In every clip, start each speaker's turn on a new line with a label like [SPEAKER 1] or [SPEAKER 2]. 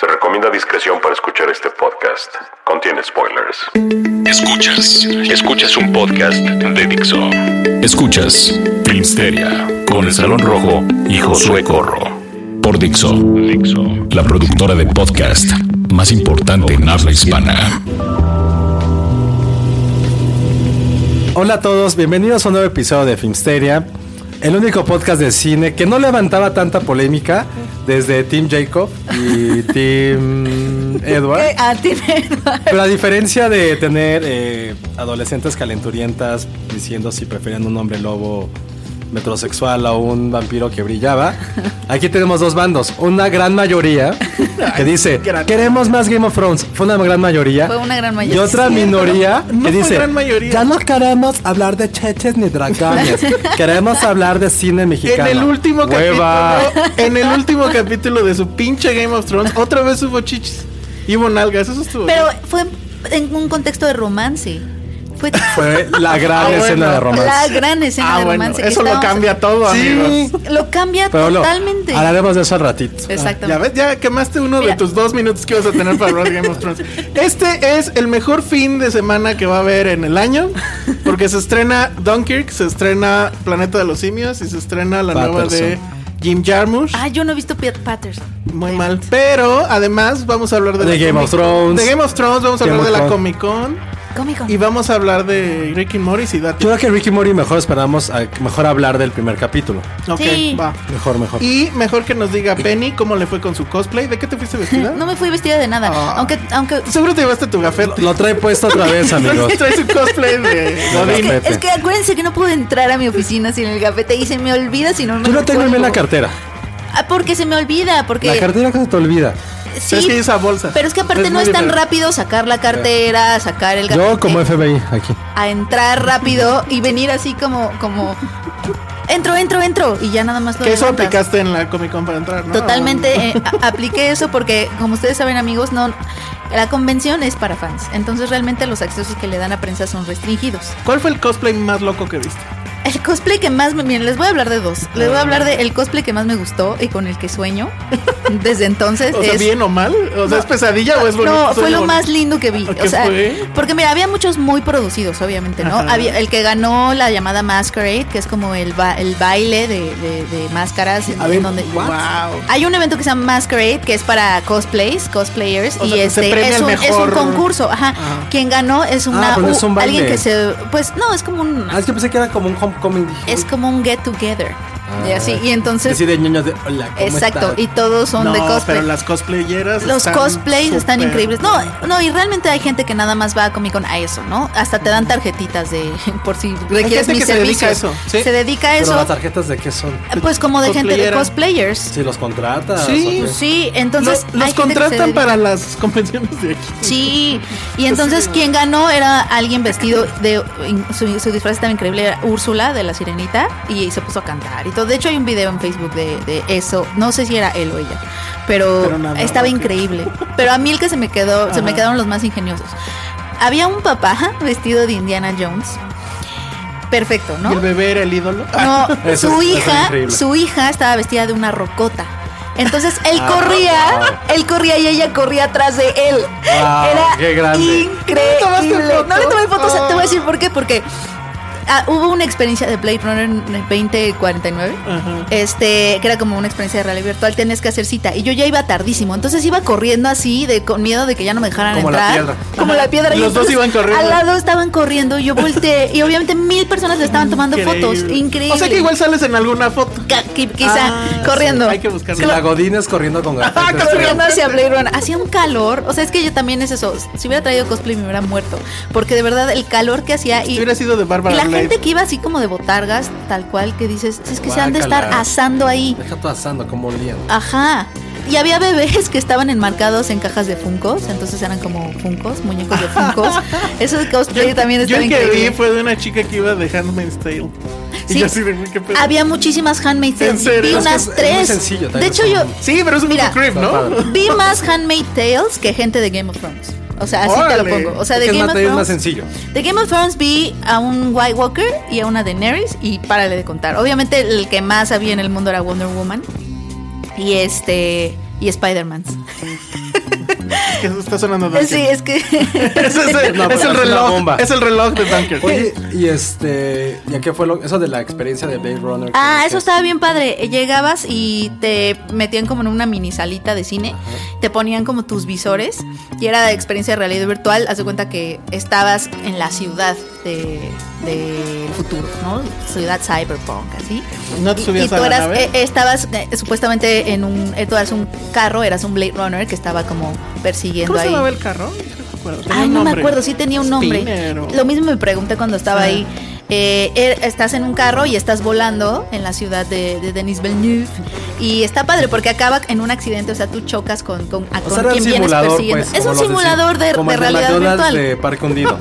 [SPEAKER 1] Se recomienda discreción para escuchar este podcast. Contiene spoilers.
[SPEAKER 2] Escuchas, escuchas un podcast de Dixo. Escuchas Filmsteria con el Salón Rojo y Josué Corro. Por Dixo, Dixo, la productora de podcast más importante en habla hispana.
[SPEAKER 3] Hola a todos, bienvenidos a un nuevo episodio de Filmsteria, el único podcast de cine que no levantaba tanta polémica desde Team Jacob y Team Edward.
[SPEAKER 4] Ah, tiene-
[SPEAKER 3] Pero a diferencia de tener eh, adolescentes calenturientas diciendo si prefieren un hombre lobo metrosexual o un vampiro que brillaba, aquí tenemos dos bandos. Una gran mayoría que dice, queremos más Game of Thrones. Fue una gran mayoría.
[SPEAKER 4] Fue una gran mayoría.
[SPEAKER 3] Y otra minoría
[SPEAKER 5] No
[SPEAKER 3] que
[SPEAKER 5] fue
[SPEAKER 3] dice,
[SPEAKER 5] gran mayoría.
[SPEAKER 3] ya no queremos hablar de cheches ni dragones. queremos hablar de cine mexicano.
[SPEAKER 5] En el último
[SPEAKER 3] Hueva.
[SPEAKER 5] capítulo, en el último capítulo de su pinche Game of Thrones, otra vez hubo chichis y hubo nalgas, eso estuvo.
[SPEAKER 4] Pero fue en un contexto de romance. Fue
[SPEAKER 3] Fue Eh, la gran
[SPEAKER 5] Ah, bueno.
[SPEAKER 3] escena de romance.
[SPEAKER 4] la gran escena
[SPEAKER 5] ah,
[SPEAKER 4] de
[SPEAKER 5] bueno,
[SPEAKER 4] romance. que
[SPEAKER 5] eso lo
[SPEAKER 4] estábamos-
[SPEAKER 5] cambia todo, amigos.
[SPEAKER 4] Lo cambia
[SPEAKER 3] Pero lo-
[SPEAKER 4] totalmente.
[SPEAKER 3] hablaremos de eso al ratito.
[SPEAKER 5] Ya
[SPEAKER 4] Exactamente.
[SPEAKER 5] ves, ya quemaste uno
[SPEAKER 4] Mira.
[SPEAKER 5] de tus dos minutos que ibas a tener para hablar de Game of Thrones. Este es el mejor fin de semana que va a haber en el año, porque se estrena Dunkirk, se estrena Planeta de los Simios y se estrena la nueva de Jim Jarmusch.
[SPEAKER 4] Ah, yo no he visto Piet Patterson.
[SPEAKER 5] Muy mal. Pero además vamos a hablar de,
[SPEAKER 3] De
[SPEAKER 5] la
[SPEAKER 3] Game of Thrones.
[SPEAKER 5] De Game of Thrones, vamos a
[SPEAKER 3] Game
[SPEAKER 5] hablar de
[SPEAKER 3] of
[SPEAKER 5] la
[SPEAKER 3] Thrones.
[SPEAKER 5] Comic Con.
[SPEAKER 4] Cómico.
[SPEAKER 5] Y vamos a hablar de Ricky Morris y Dati.
[SPEAKER 3] Yo creo que Ricky Mori mejor esperamos a mejor hablar del primer capítulo.
[SPEAKER 5] Ok,
[SPEAKER 4] Sí.
[SPEAKER 5] va.
[SPEAKER 3] Mejor, mejor.
[SPEAKER 5] Y mejor que nos diga Penny cómo le fue con su cosplay. ¿De qué te fuiste vestida? Ah.
[SPEAKER 4] No me fui vestida de nada. Aunque, aunque. Es
[SPEAKER 5] Seguro te llevaste tu gafete.
[SPEAKER 3] Lo trae puesto otra vez, amigos.
[SPEAKER 5] Traes un cosplay de Godín.
[SPEAKER 4] que,
[SPEAKER 3] Pepe.
[SPEAKER 4] es que acuérdense que no puedo entrar a mi oficina sin el gafete y se me olvida si no me
[SPEAKER 3] Yo lo tengo en la cartera.
[SPEAKER 4] cartera. Ah, porque se me olvida, porque.
[SPEAKER 3] La cartera que se te olvida.
[SPEAKER 4] sí,
[SPEAKER 5] Es que esa bolsa.
[SPEAKER 4] Pero es que aparte
[SPEAKER 5] Es
[SPEAKER 4] no
[SPEAKER 5] muy
[SPEAKER 4] es tan
[SPEAKER 5] dinero.
[SPEAKER 4] rápido sacar la cartera, sacar el gafete. eh,
[SPEAKER 3] Yo como FBI aquí.
[SPEAKER 4] a entrar rápido y venir así como como entro, entro, entro y ya nada más lo
[SPEAKER 5] Que eso
[SPEAKER 4] levantas.
[SPEAKER 5] aplicaste en la Comic Con para entrar, ¿no?
[SPEAKER 4] Totalmente eh, a- apliqué eso porque como ustedes saben amigos, no la convención es para fans. Entonces realmente los accesos que le dan a prensa son restringidos.
[SPEAKER 5] ¿Cuál fue el cosplay más loco que viste?
[SPEAKER 4] El cosplay que más me miren, les voy a hablar de dos. Les voy a hablar de el cosplay que más me gustó y con el que sueño desde entonces
[SPEAKER 5] O sea,
[SPEAKER 4] es
[SPEAKER 5] bien o mal. O sea, ¿es pesadilla o es bonito?
[SPEAKER 4] No, fue
[SPEAKER 5] Sueño
[SPEAKER 4] lo
[SPEAKER 5] bonito.
[SPEAKER 4] más lindo que vi.
[SPEAKER 5] ¿O
[SPEAKER 4] O
[SPEAKER 5] qué
[SPEAKER 4] sea,
[SPEAKER 5] fue?
[SPEAKER 4] porque mira, había muchos muy producidos, obviamente, ¿no?
[SPEAKER 5] Ajá.
[SPEAKER 4] Había el que ganó la llamada Masquerade, que es como el, ba- el baile de, de- de máscaras. en-
[SPEAKER 5] A ver,
[SPEAKER 4] en donde,
[SPEAKER 5] wow.
[SPEAKER 4] Hay un evento que se llama Masquerade, que es para cosplays, cosplayers,
[SPEAKER 5] O
[SPEAKER 4] y
[SPEAKER 5] sea, que se
[SPEAKER 4] este
[SPEAKER 5] premia
[SPEAKER 4] es
[SPEAKER 5] el
[SPEAKER 4] un, es un
[SPEAKER 5] mejor. Ah.
[SPEAKER 4] concurso. Ajá.
[SPEAKER 5] Ajá.
[SPEAKER 4] Quien ganó es
[SPEAKER 3] Ah,
[SPEAKER 4] una
[SPEAKER 3] pero no es un baile.
[SPEAKER 4] alguien que se. Pues no, es como un.
[SPEAKER 3] Ah, es que pensé que era como un homecoming. dije.
[SPEAKER 4] Es como un get together. y
[SPEAKER 3] Ah.
[SPEAKER 4] así. Y entonces.
[SPEAKER 3] Así de niños de hola, ¿cómo
[SPEAKER 4] Exacto.
[SPEAKER 3] están?
[SPEAKER 4] Y todos son
[SPEAKER 5] No,
[SPEAKER 4] de cosplay.
[SPEAKER 5] pero las cosplayeras.
[SPEAKER 4] Los
[SPEAKER 5] están
[SPEAKER 4] cosplays están
[SPEAKER 5] súper-
[SPEAKER 4] increíbles. No, no, y realmente hay gente que nada más va a Comic Con a eso, ¿no? Hasta te dan tarjetitas de por si requieres
[SPEAKER 5] Mm. gente
[SPEAKER 4] mis
[SPEAKER 5] que se dedica a
[SPEAKER 4] servicios.
[SPEAKER 5] eso, ¿sí?
[SPEAKER 4] Se dedica a
[SPEAKER 3] Pero
[SPEAKER 4] eso.
[SPEAKER 3] las tarjetas de qué son?
[SPEAKER 4] Pues como de gente de
[SPEAKER 5] Cosplayera.
[SPEAKER 4] cosplayers. Sí,
[SPEAKER 3] Si los contratas.
[SPEAKER 5] Sí.
[SPEAKER 3] ¿o qué?
[SPEAKER 4] entonces
[SPEAKER 5] los, los
[SPEAKER 4] hay gente que se
[SPEAKER 5] contratan
[SPEAKER 4] dedica-
[SPEAKER 5] para las convenciones de aquí.
[SPEAKER 4] Sí, y entonces quien ganó era alguien vestido de su, su disfraz estaba increíble, era Úrsula de la Sirenita y se puso a cantar y todo. De hecho hay un video en Facebook de, de eso, no sé si era él o ella, pero,
[SPEAKER 5] Pero nada,
[SPEAKER 4] estaba
[SPEAKER 5] ok.
[SPEAKER 4] increíble. Pero a mí el que se me quedó, se me quedaron los más ingeniosos. Había un papá vestido de Indiana Jones, perfecto, ¿no?
[SPEAKER 5] Y el bebé era el ídolo.
[SPEAKER 4] No,
[SPEAKER 3] Eso
[SPEAKER 4] su
[SPEAKER 3] es- eso es
[SPEAKER 4] hija,
[SPEAKER 3] increíble.
[SPEAKER 4] su hija estaba vestida de una rocota. Entonces él
[SPEAKER 3] Ah,
[SPEAKER 4] corría,
[SPEAKER 3] wow.
[SPEAKER 4] él corría y ella corría atrás de él.
[SPEAKER 3] Wow,
[SPEAKER 4] Era
[SPEAKER 3] qué grande.
[SPEAKER 4] increíble.
[SPEAKER 5] ¿No le tomaste
[SPEAKER 4] No le tomé
[SPEAKER 5] foto?
[SPEAKER 4] fotos, te voy a decir por qué, porque ah, hubo una experiencia de Blade Runner en el 2049, este, que era como una experiencia de realidad virtual, tenías que hacer cita. Y yo ya iba tardísimo, entonces iba corriendo así, de, con miedo de que ya no me dejaran
[SPEAKER 6] Como la
[SPEAKER 4] entrar.
[SPEAKER 6] piedra.
[SPEAKER 4] Como la piedra. Y
[SPEAKER 2] Los dos
[SPEAKER 4] entonces,
[SPEAKER 2] iban corriendo.
[SPEAKER 4] Al lado estaban corriendo, yo volteé, y obviamente mil personas le estaban tomando fotos. Increíble.
[SPEAKER 2] O sea que igual sales en alguna foto.
[SPEAKER 4] Ca- qui- quizá,
[SPEAKER 2] Ah,
[SPEAKER 4] corriendo.
[SPEAKER 2] sí, hay que Ah, buscarlo.
[SPEAKER 6] Si la Godín es corriendo con gafitas.
[SPEAKER 4] corriendo hacia Blade Runner. Hacía un calor. O sea, es que yo también es eso. Si hubiera traído cosplay me hubiera muerto. Porque de verdad el calor que hacía y,
[SPEAKER 2] Si hubiera sido de Bárbara
[SPEAKER 4] y la
[SPEAKER 2] Blade.
[SPEAKER 4] gente que iba así como de botargas, tal cual, que dices, es que se han de estar
[SPEAKER 6] Guácala.
[SPEAKER 4] asando ahí.
[SPEAKER 6] Deja tú asando como olían.
[SPEAKER 4] Ajá. Y había bebés que estaban enmarcados en cajas de funcos, entonces eran como funcos, muñecos de funcos. Eso de cosplay también
[SPEAKER 2] Yo
[SPEAKER 4] estaba
[SPEAKER 2] el que
[SPEAKER 4] increíble.
[SPEAKER 2] vi fue de una chica que iba de Handmaid's Tale. Y
[SPEAKER 4] Sí.
[SPEAKER 2] yo así de, "Uy, qué pedo".
[SPEAKER 4] Había muchísimas handmade
[SPEAKER 2] ¿En
[SPEAKER 4] tales.
[SPEAKER 2] serio?
[SPEAKER 4] Vi
[SPEAKER 2] Es que
[SPEAKER 4] unas
[SPEAKER 6] es- es muy
[SPEAKER 4] tres.
[SPEAKER 6] sencillo,
[SPEAKER 4] de
[SPEAKER 6] también
[SPEAKER 4] hecho,
[SPEAKER 6] son-
[SPEAKER 4] yo
[SPEAKER 2] Sí, pero es un
[SPEAKER 4] Mira.
[SPEAKER 2] poco creep,
[SPEAKER 6] Está
[SPEAKER 2] ¿no?
[SPEAKER 6] padre.
[SPEAKER 4] vi más handmade tales que gente de Game of Thrones. O sea, así te
[SPEAKER 2] Órale.
[SPEAKER 4] lo pongo. O sea, de
[SPEAKER 6] Es que
[SPEAKER 4] Game
[SPEAKER 6] es
[SPEAKER 4] of
[SPEAKER 6] más- es más
[SPEAKER 4] Thrones.
[SPEAKER 6] sencillo.
[SPEAKER 4] De Game of Thrones vi a un White Walker y a una Daenerys y párale de contar. Obviamente el que más había en el mundo era Wonder Woman y este y Spider-Man.
[SPEAKER 2] Es que eso está sonando Dunker.
[SPEAKER 4] Sí, es que
[SPEAKER 2] Ese es el,
[SPEAKER 6] No,
[SPEAKER 2] es
[SPEAKER 6] pero
[SPEAKER 2] el
[SPEAKER 6] es una
[SPEAKER 2] reloj.
[SPEAKER 6] bomba.
[SPEAKER 2] Es el reloj de Dunker.
[SPEAKER 6] Oye, y este, ¿ya qué fue lo, eso de la experiencia de Blade Runner?
[SPEAKER 4] Ah,
[SPEAKER 6] que-
[SPEAKER 4] eso
[SPEAKER 6] que-
[SPEAKER 4] estaba bien padre. Llegabas y te metían como en una mini salita de cine, te ponían como tus visores y era de experiencia de realidad virtual. Haz de cuenta que estabas en la ciudad de, de futuro, ¿no? Ciudad cyberpunk, así.
[SPEAKER 2] ¿No te
[SPEAKER 4] Y-
[SPEAKER 2] subías
[SPEAKER 4] y tú
[SPEAKER 2] a la
[SPEAKER 4] eras-
[SPEAKER 2] nave?
[SPEAKER 4] eh, estabas eh, supuestamente en un, eh, tú eras un carro, eras un Blade Runner que estaba como persiguiendo
[SPEAKER 2] ¿Cómo
[SPEAKER 4] ahí.
[SPEAKER 2] se llamaba el carro? No me acuerdo. Tenía
[SPEAKER 4] Ay,
[SPEAKER 2] un
[SPEAKER 4] no me
[SPEAKER 2] nombre.
[SPEAKER 4] acuerdo, sí tenía un nombre.
[SPEAKER 2] Spinner o-
[SPEAKER 4] Lo mismo me pregunté cuando estaba
[SPEAKER 2] Ajá.
[SPEAKER 4] ahí. Eh, er- estás en un carro y estás volando en la ciudad de, de Denis Villeneuve. Y está padre porque acaba en un accidente, o sea, tú chocas con, con, a-
[SPEAKER 6] O
[SPEAKER 4] con
[SPEAKER 6] sea, era un
[SPEAKER 4] quien vienes
[SPEAKER 6] simulador,
[SPEAKER 4] persiguiendo.
[SPEAKER 6] pues.
[SPEAKER 4] es
[SPEAKER 6] como
[SPEAKER 4] un
[SPEAKER 6] los de-
[SPEAKER 4] simulador de,
[SPEAKER 6] como
[SPEAKER 4] de
[SPEAKER 6] el
[SPEAKER 4] realidad
[SPEAKER 6] McDonald's
[SPEAKER 4] virtual.
[SPEAKER 6] de ¿eh? Parque Hundido.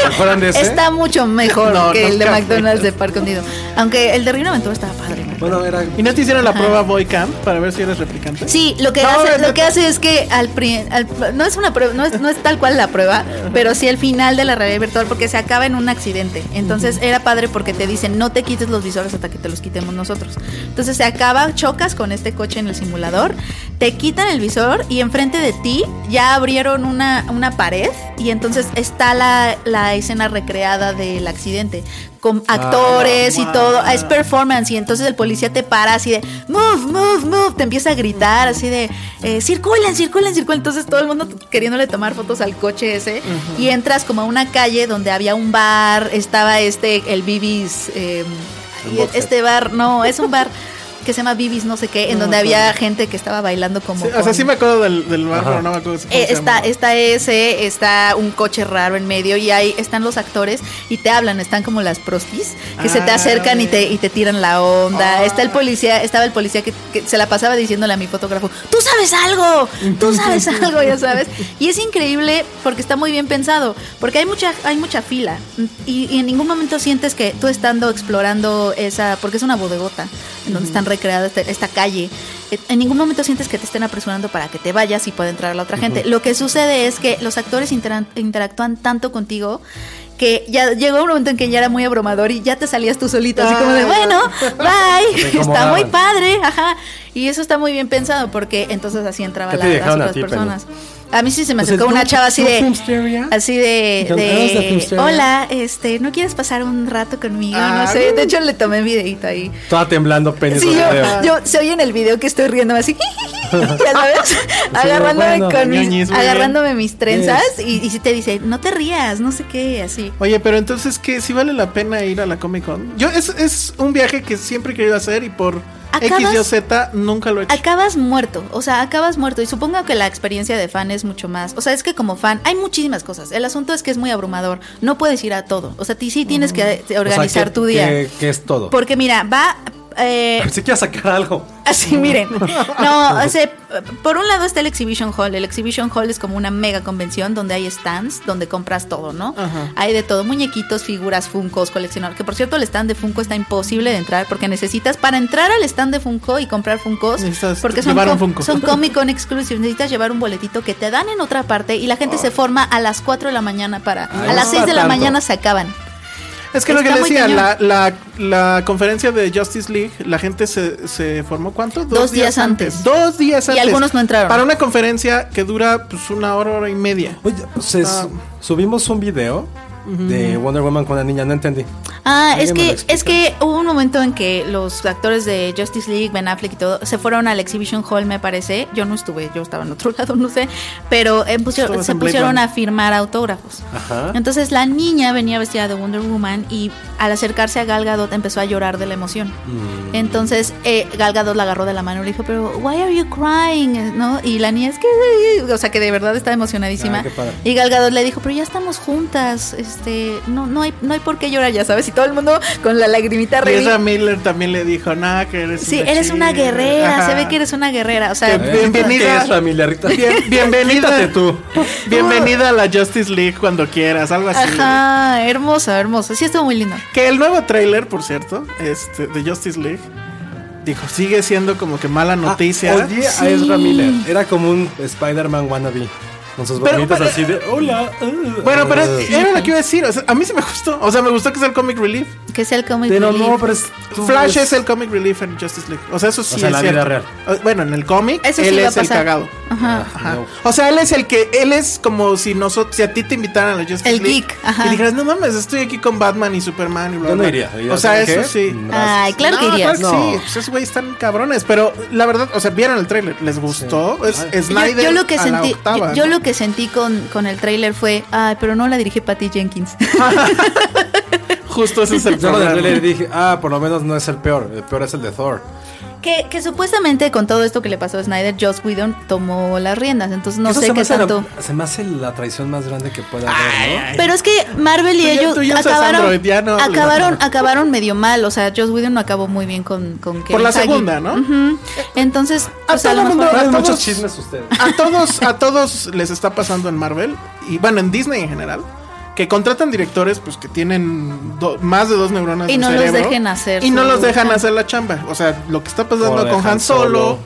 [SPEAKER 6] ¿Se acuerdan de ese?
[SPEAKER 4] Está mucho mejor
[SPEAKER 2] No,
[SPEAKER 4] que
[SPEAKER 2] no
[SPEAKER 4] el de
[SPEAKER 2] cambies.
[SPEAKER 4] McDonald's de Parque Hundido. Aunque el de Reino Aventura estaba padre. me acuerdo.
[SPEAKER 6] Bueno, era...
[SPEAKER 2] ¿Y no te hicieron la prueba Boy Camp para ver si eres replicante?
[SPEAKER 4] Sí, lo que,
[SPEAKER 2] No,
[SPEAKER 4] hace,
[SPEAKER 2] no,
[SPEAKER 4] lo que hace es que al, pri- al- no es una prueba, no es, no es tal cual la prueba, pero sí el final de la realidad virtual porque se acaba en un accidente. Entonces era padre porque te dicen no te quites los visores hasta que te los quitemos nosotros. Entonces se acaba, chocas con este coche en el simulador, te quitan el visor y enfrente de ti ya abrieron una, una pared y entonces está la, la escena recreada del accidente con actores y todo. Es performance. Y entonces el policía te para así de move, move, move. Te empieza a gritar así de eh, circulen, circulen, circulen. Entonces todo el mundo queriéndole tomar fotos al coche ese. Y entras como a una calle donde había un bar. Estaba este, el Bibis. eh, y este bar, no, es un bar que se llama Bibis, no sé qué, en donde había gente que estaba bailando como.
[SPEAKER 2] Sí, o sea,
[SPEAKER 4] con-
[SPEAKER 2] sí me acuerdo del, del bar, pero no me acuerdo. cómo
[SPEAKER 4] eh,
[SPEAKER 2] se
[SPEAKER 4] está,
[SPEAKER 2] llamaba.
[SPEAKER 4] está ese, está un coche raro en medio y ahí están los actores y te hablan, están como las prostis que se te
[SPEAKER 2] Ah,
[SPEAKER 4] acercan y
[SPEAKER 2] órale.
[SPEAKER 4] te, y te tiran la onda. Está el policía, estaba el policía que, que se la pasaba diciéndole a mi fotógrafo, tú sabes algo, tú sabes algo, ya sabes. Y es increíble porque está muy bien pensado, porque hay mucha, hay mucha fila y, y en ningún momento sientes que tú estando explorando esa, porque es una bodegota en donde están recreadas esta, esta calle, eh, en ningún momento sientes que te estén apresurando para que te vayas y pueda entrar la otra gente. Lo que sucede es que los actores interan- interactúan tanto contigo que ya llegó un momento en que ya era muy abrumador y ya te salías tú solito, así como de, bueno, bye, está
[SPEAKER 6] incomodaban.
[SPEAKER 4] muy padre, ajá. Y eso está muy bien pensado porque entonces así entraban
[SPEAKER 6] ¿Qué
[SPEAKER 4] la,
[SPEAKER 6] te
[SPEAKER 4] las
[SPEAKER 6] dejaron a
[SPEAKER 4] otras
[SPEAKER 6] ti, Penny?
[SPEAKER 4] personas. A mí sí se me
[SPEAKER 6] Pues,
[SPEAKER 4] acercó
[SPEAKER 6] ¿no-
[SPEAKER 4] una chava así
[SPEAKER 6] no
[SPEAKER 4] de,
[SPEAKER 6] Filmsteria?
[SPEAKER 4] así de,
[SPEAKER 6] ¿No eres de
[SPEAKER 4] de,
[SPEAKER 6] Filmsteria?
[SPEAKER 4] hola, este, ¿no quieres pasar un rato conmigo?
[SPEAKER 2] Ah,
[SPEAKER 4] no sé, de hecho le tomé videito ahí.
[SPEAKER 6] Toda temblando Penny.
[SPEAKER 4] Sí,
[SPEAKER 6] sobre el
[SPEAKER 4] yo,
[SPEAKER 6] dedo.
[SPEAKER 4] yo se oye en el video que estoy riendo así, ya sabes, agarrándome
[SPEAKER 6] bueno,
[SPEAKER 4] con
[SPEAKER 2] ñoñis,
[SPEAKER 4] mis,
[SPEAKER 2] muy
[SPEAKER 4] agarrándome mis trenzas y, y si te dice, no te rías, no sé qué, así.
[SPEAKER 2] Oye, pero entonces, ¿qué? ¿Si vale la pena ir a la Comic Con? Ah, Yo, es, es un viaje que siempre he querido hacer y por X,
[SPEAKER 4] Acabas-
[SPEAKER 2] Y o Z nunca lo he hecho.
[SPEAKER 4] Acabas muerto, o sea, acabas muerto. Y supongo que la experiencia de fan es mucho más. O sea, es que como fan hay muchísimas cosas. El asunto es que es muy abrumador. No puedes ir a todo. O sea, ti sí
[SPEAKER 2] Mm.
[SPEAKER 4] tienes que eh,
[SPEAKER 6] O sea,
[SPEAKER 4] organizar
[SPEAKER 6] que-
[SPEAKER 4] tu día.
[SPEAKER 6] Que, que es todo.
[SPEAKER 4] Porque mira, va... eh,
[SPEAKER 6] Si quieres sacar algo.
[SPEAKER 4] Así, miren. No, o sea, por un lado está el Exhibition Hall. El Exhibition Hall es como una mega convención donde hay stands, donde compras todo, ¿no? Hay de todo, muñequitos, figuras, funcos, coleccionables. Que por cierto, el stand de Funko está imposible de entrar porque necesitas, para entrar al stand de Funko y comprar Funcos,
[SPEAKER 2] Necesitas
[SPEAKER 4] porque son,
[SPEAKER 2] llevar un
[SPEAKER 4] com-
[SPEAKER 2] Funko.
[SPEAKER 4] son Comic Con Exclusive, necesitas llevar un boletito que te dan en otra parte y la gente se forma a las 4 de la mañana para...
[SPEAKER 6] Ay,
[SPEAKER 4] a las
[SPEAKER 6] no
[SPEAKER 4] 6 de la
[SPEAKER 6] tanto.
[SPEAKER 4] mañana se acaban.
[SPEAKER 2] Es que lo que
[SPEAKER 4] Está muy
[SPEAKER 2] decía,
[SPEAKER 4] cañón.
[SPEAKER 2] la, la, la conferencia de Justice League, la gente se, se formó ¿cuánto?
[SPEAKER 4] Dos días antes.
[SPEAKER 2] Dos días
[SPEAKER 4] Y
[SPEAKER 2] antes.
[SPEAKER 4] algunos no entraron.
[SPEAKER 2] Para una conferencia que dura pues una hora, hora y media.
[SPEAKER 6] Oye, pues es- subimos un video
[SPEAKER 3] de Wonder Woman con la niña, no entendí.
[SPEAKER 4] Ah, es
[SPEAKER 3] ¿Alguien me lo
[SPEAKER 4] que,
[SPEAKER 3] explica?
[SPEAKER 4] es que hubo un momento en que los actores de Justice League, Ben Affleck y todo, se fueron al Exhibition Hall, me parece. Yo no estuve, yo estaba en otro lado, no sé. Pero eh, pusieron-
[SPEAKER 2] Estabas
[SPEAKER 4] se
[SPEAKER 2] en Blade
[SPEAKER 4] pusieron
[SPEAKER 2] Runner.
[SPEAKER 4] a firmar autógrafos.
[SPEAKER 3] Ajá.
[SPEAKER 4] Entonces la niña venía vestida de Wonder Woman y al acercarse a Gal Gadot empezó a llorar de la emoción.
[SPEAKER 3] Mm.
[SPEAKER 4] Entonces eh, Gal Gadot la agarró de la mano y le dijo, pero why are you crying? Eh, ¿No? Y la niña es que, o sea, que de verdad está emocionadísima.
[SPEAKER 3] Ay, qué padre.
[SPEAKER 4] y Gal Gadot le dijo, pero ya estamos juntas, este, no, no hay, no hay por qué llorar, ya sabes. Y todo el mundo con la lagrimita
[SPEAKER 2] Y esa
[SPEAKER 4] revi-
[SPEAKER 2] Miller también le dijo, nada, que eres
[SPEAKER 4] Sí,
[SPEAKER 2] una
[SPEAKER 4] eres una
[SPEAKER 2] chida".
[SPEAKER 4] guerrera,
[SPEAKER 2] Ajá.
[SPEAKER 4] se ve que eres una guerrera, o sea,
[SPEAKER 2] Qué bien. Bienvenida.
[SPEAKER 3] ¿Qué es familia Rita?
[SPEAKER 2] Bien- bienvenida.
[SPEAKER 3] Quítate tú.
[SPEAKER 2] Bienvenida a la Justice League cuando quieras, algo así.
[SPEAKER 4] ajá, hermosa, hermosa. Sí, estuvo muy lindo.
[SPEAKER 2] Que el nuevo tráiler, por cierto, este, de Justice League, dijo, sigue siendo como que mala noticia.
[SPEAKER 3] Ah, odié a Ezra Miller. Era como un Spider-Man wannabe. Con sus
[SPEAKER 2] Pero-
[SPEAKER 3] bonitas
[SPEAKER 2] pero-
[SPEAKER 3] así de hola. ah".
[SPEAKER 2] Bueno, pero
[SPEAKER 3] Ah.
[SPEAKER 2] era lo que iba a decir. o sea, a mí sí me gustó. O sea, me gustó que sea el comic relief.
[SPEAKER 4] Que sea el comic
[SPEAKER 3] Pero
[SPEAKER 4] relief.
[SPEAKER 3] no, pero es. tú
[SPEAKER 2] Flash
[SPEAKER 3] ves-
[SPEAKER 2] es el comic relief en Justice League. O sea, eso sí
[SPEAKER 3] sea,
[SPEAKER 2] es
[SPEAKER 3] la
[SPEAKER 2] cierto.
[SPEAKER 3] vida real.
[SPEAKER 2] O- Bueno, en el cómic
[SPEAKER 4] Eso sí
[SPEAKER 2] él
[SPEAKER 4] va a
[SPEAKER 2] es el
[SPEAKER 4] pasar.
[SPEAKER 2] cagado. Ah,
[SPEAKER 4] Ajá.
[SPEAKER 2] Ajá.
[SPEAKER 3] No.
[SPEAKER 2] O sea, él es el que él es como si nosotros si a ti te invitaran a la Justice
[SPEAKER 4] El
[SPEAKER 2] League
[SPEAKER 4] geek, ajá.
[SPEAKER 2] y dijeras, "No mames, estoy aquí con Batman y Superman y bla,
[SPEAKER 3] Yo no
[SPEAKER 2] bla".
[SPEAKER 3] iría. Iría,
[SPEAKER 2] O sea,
[SPEAKER 3] ¿sabes
[SPEAKER 2] eso
[SPEAKER 3] qué?
[SPEAKER 2] sí.
[SPEAKER 3] Gracias.
[SPEAKER 4] Ay, claro que
[SPEAKER 2] No,
[SPEAKER 4] irías.
[SPEAKER 2] claro que
[SPEAKER 3] No.
[SPEAKER 2] Sí, pues esos güeyes están cabrones, pero la verdad, o sea, vieron el tráiler, les gustó. Es
[SPEAKER 4] Yo-
[SPEAKER 2] Snyder
[SPEAKER 4] yo, lo que
[SPEAKER 2] a la
[SPEAKER 4] sentí,
[SPEAKER 2] octava,
[SPEAKER 4] yo, yo
[SPEAKER 2] ¿no?
[SPEAKER 4] lo que sentí con, con el tráiler fue, ay, pero no la dirige Patty Jenkins.
[SPEAKER 2] justo ese es el
[SPEAKER 3] Yo cuando
[SPEAKER 2] problema.
[SPEAKER 3] le dije, ah, por lo menos no es el peor. El peor es el de Thor.
[SPEAKER 4] que, que supuestamente con todo esto que le pasó a Snyder, Joss Whedon tomó las riendas, entonces no
[SPEAKER 3] Eso
[SPEAKER 4] sé
[SPEAKER 3] se me
[SPEAKER 4] qué
[SPEAKER 3] hace la-
[SPEAKER 4] tanto.
[SPEAKER 3] se me hace la traición más grande que pueda haber,
[SPEAKER 4] Pero es que Marvel y
[SPEAKER 2] Tú ya-
[SPEAKER 4] ellos
[SPEAKER 2] tú ya usas
[SPEAKER 4] acabaron,
[SPEAKER 2] Android, ya no hables.
[SPEAKER 4] acabaron, acabaron medio mal, o sea, Joss Whedon no acabó muy bien con, con
[SPEAKER 2] Por
[SPEAKER 4] Kevin
[SPEAKER 2] la
[SPEAKER 4] Feige.
[SPEAKER 2] segunda, ¿no?
[SPEAKER 4] Ujú. Entonces,
[SPEAKER 2] A
[SPEAKER 4] o sea, a lo
[SPEAKER 2] todo
[SPEAKER 4] mejor-
[SPEAKER 2] mundo-
[SPEAKER 3] ¿no? Traen
[SPEAKER 2] todos-
[SPEAKER 3] muchos chismes ustedes.
[SPEAKER 2] A todos, a todos les está pasando en Marvel y bueno, en Disney en general, que contratan directores pues que tienen do- más de dos neuronas
[SPEAKER 4] Y
[SPEAKER 2] en
[SPEAKER 4] no
[SPEAKER 2] el
[SPEAKER 4] los
[SPEAKER 2] cerebro,
[SPEAKER 4] dejen hacer
[SPEAKER 2] y no
[SPEAKER 4] su
[SPEAKER 2] los dejan
[SPEAKER 4] chamba.
[SPEAKER 2] hacer la chamba. O sea, lo que está
[SPEAKER 3] O
[SPEAKER 2] pasando
[SPEAKER 3] lo
[SPEAKER 2] con
[SPEAKER 3] dejan
[SPEAKER 2] Han Solo,
[SPEAKER 3] solo.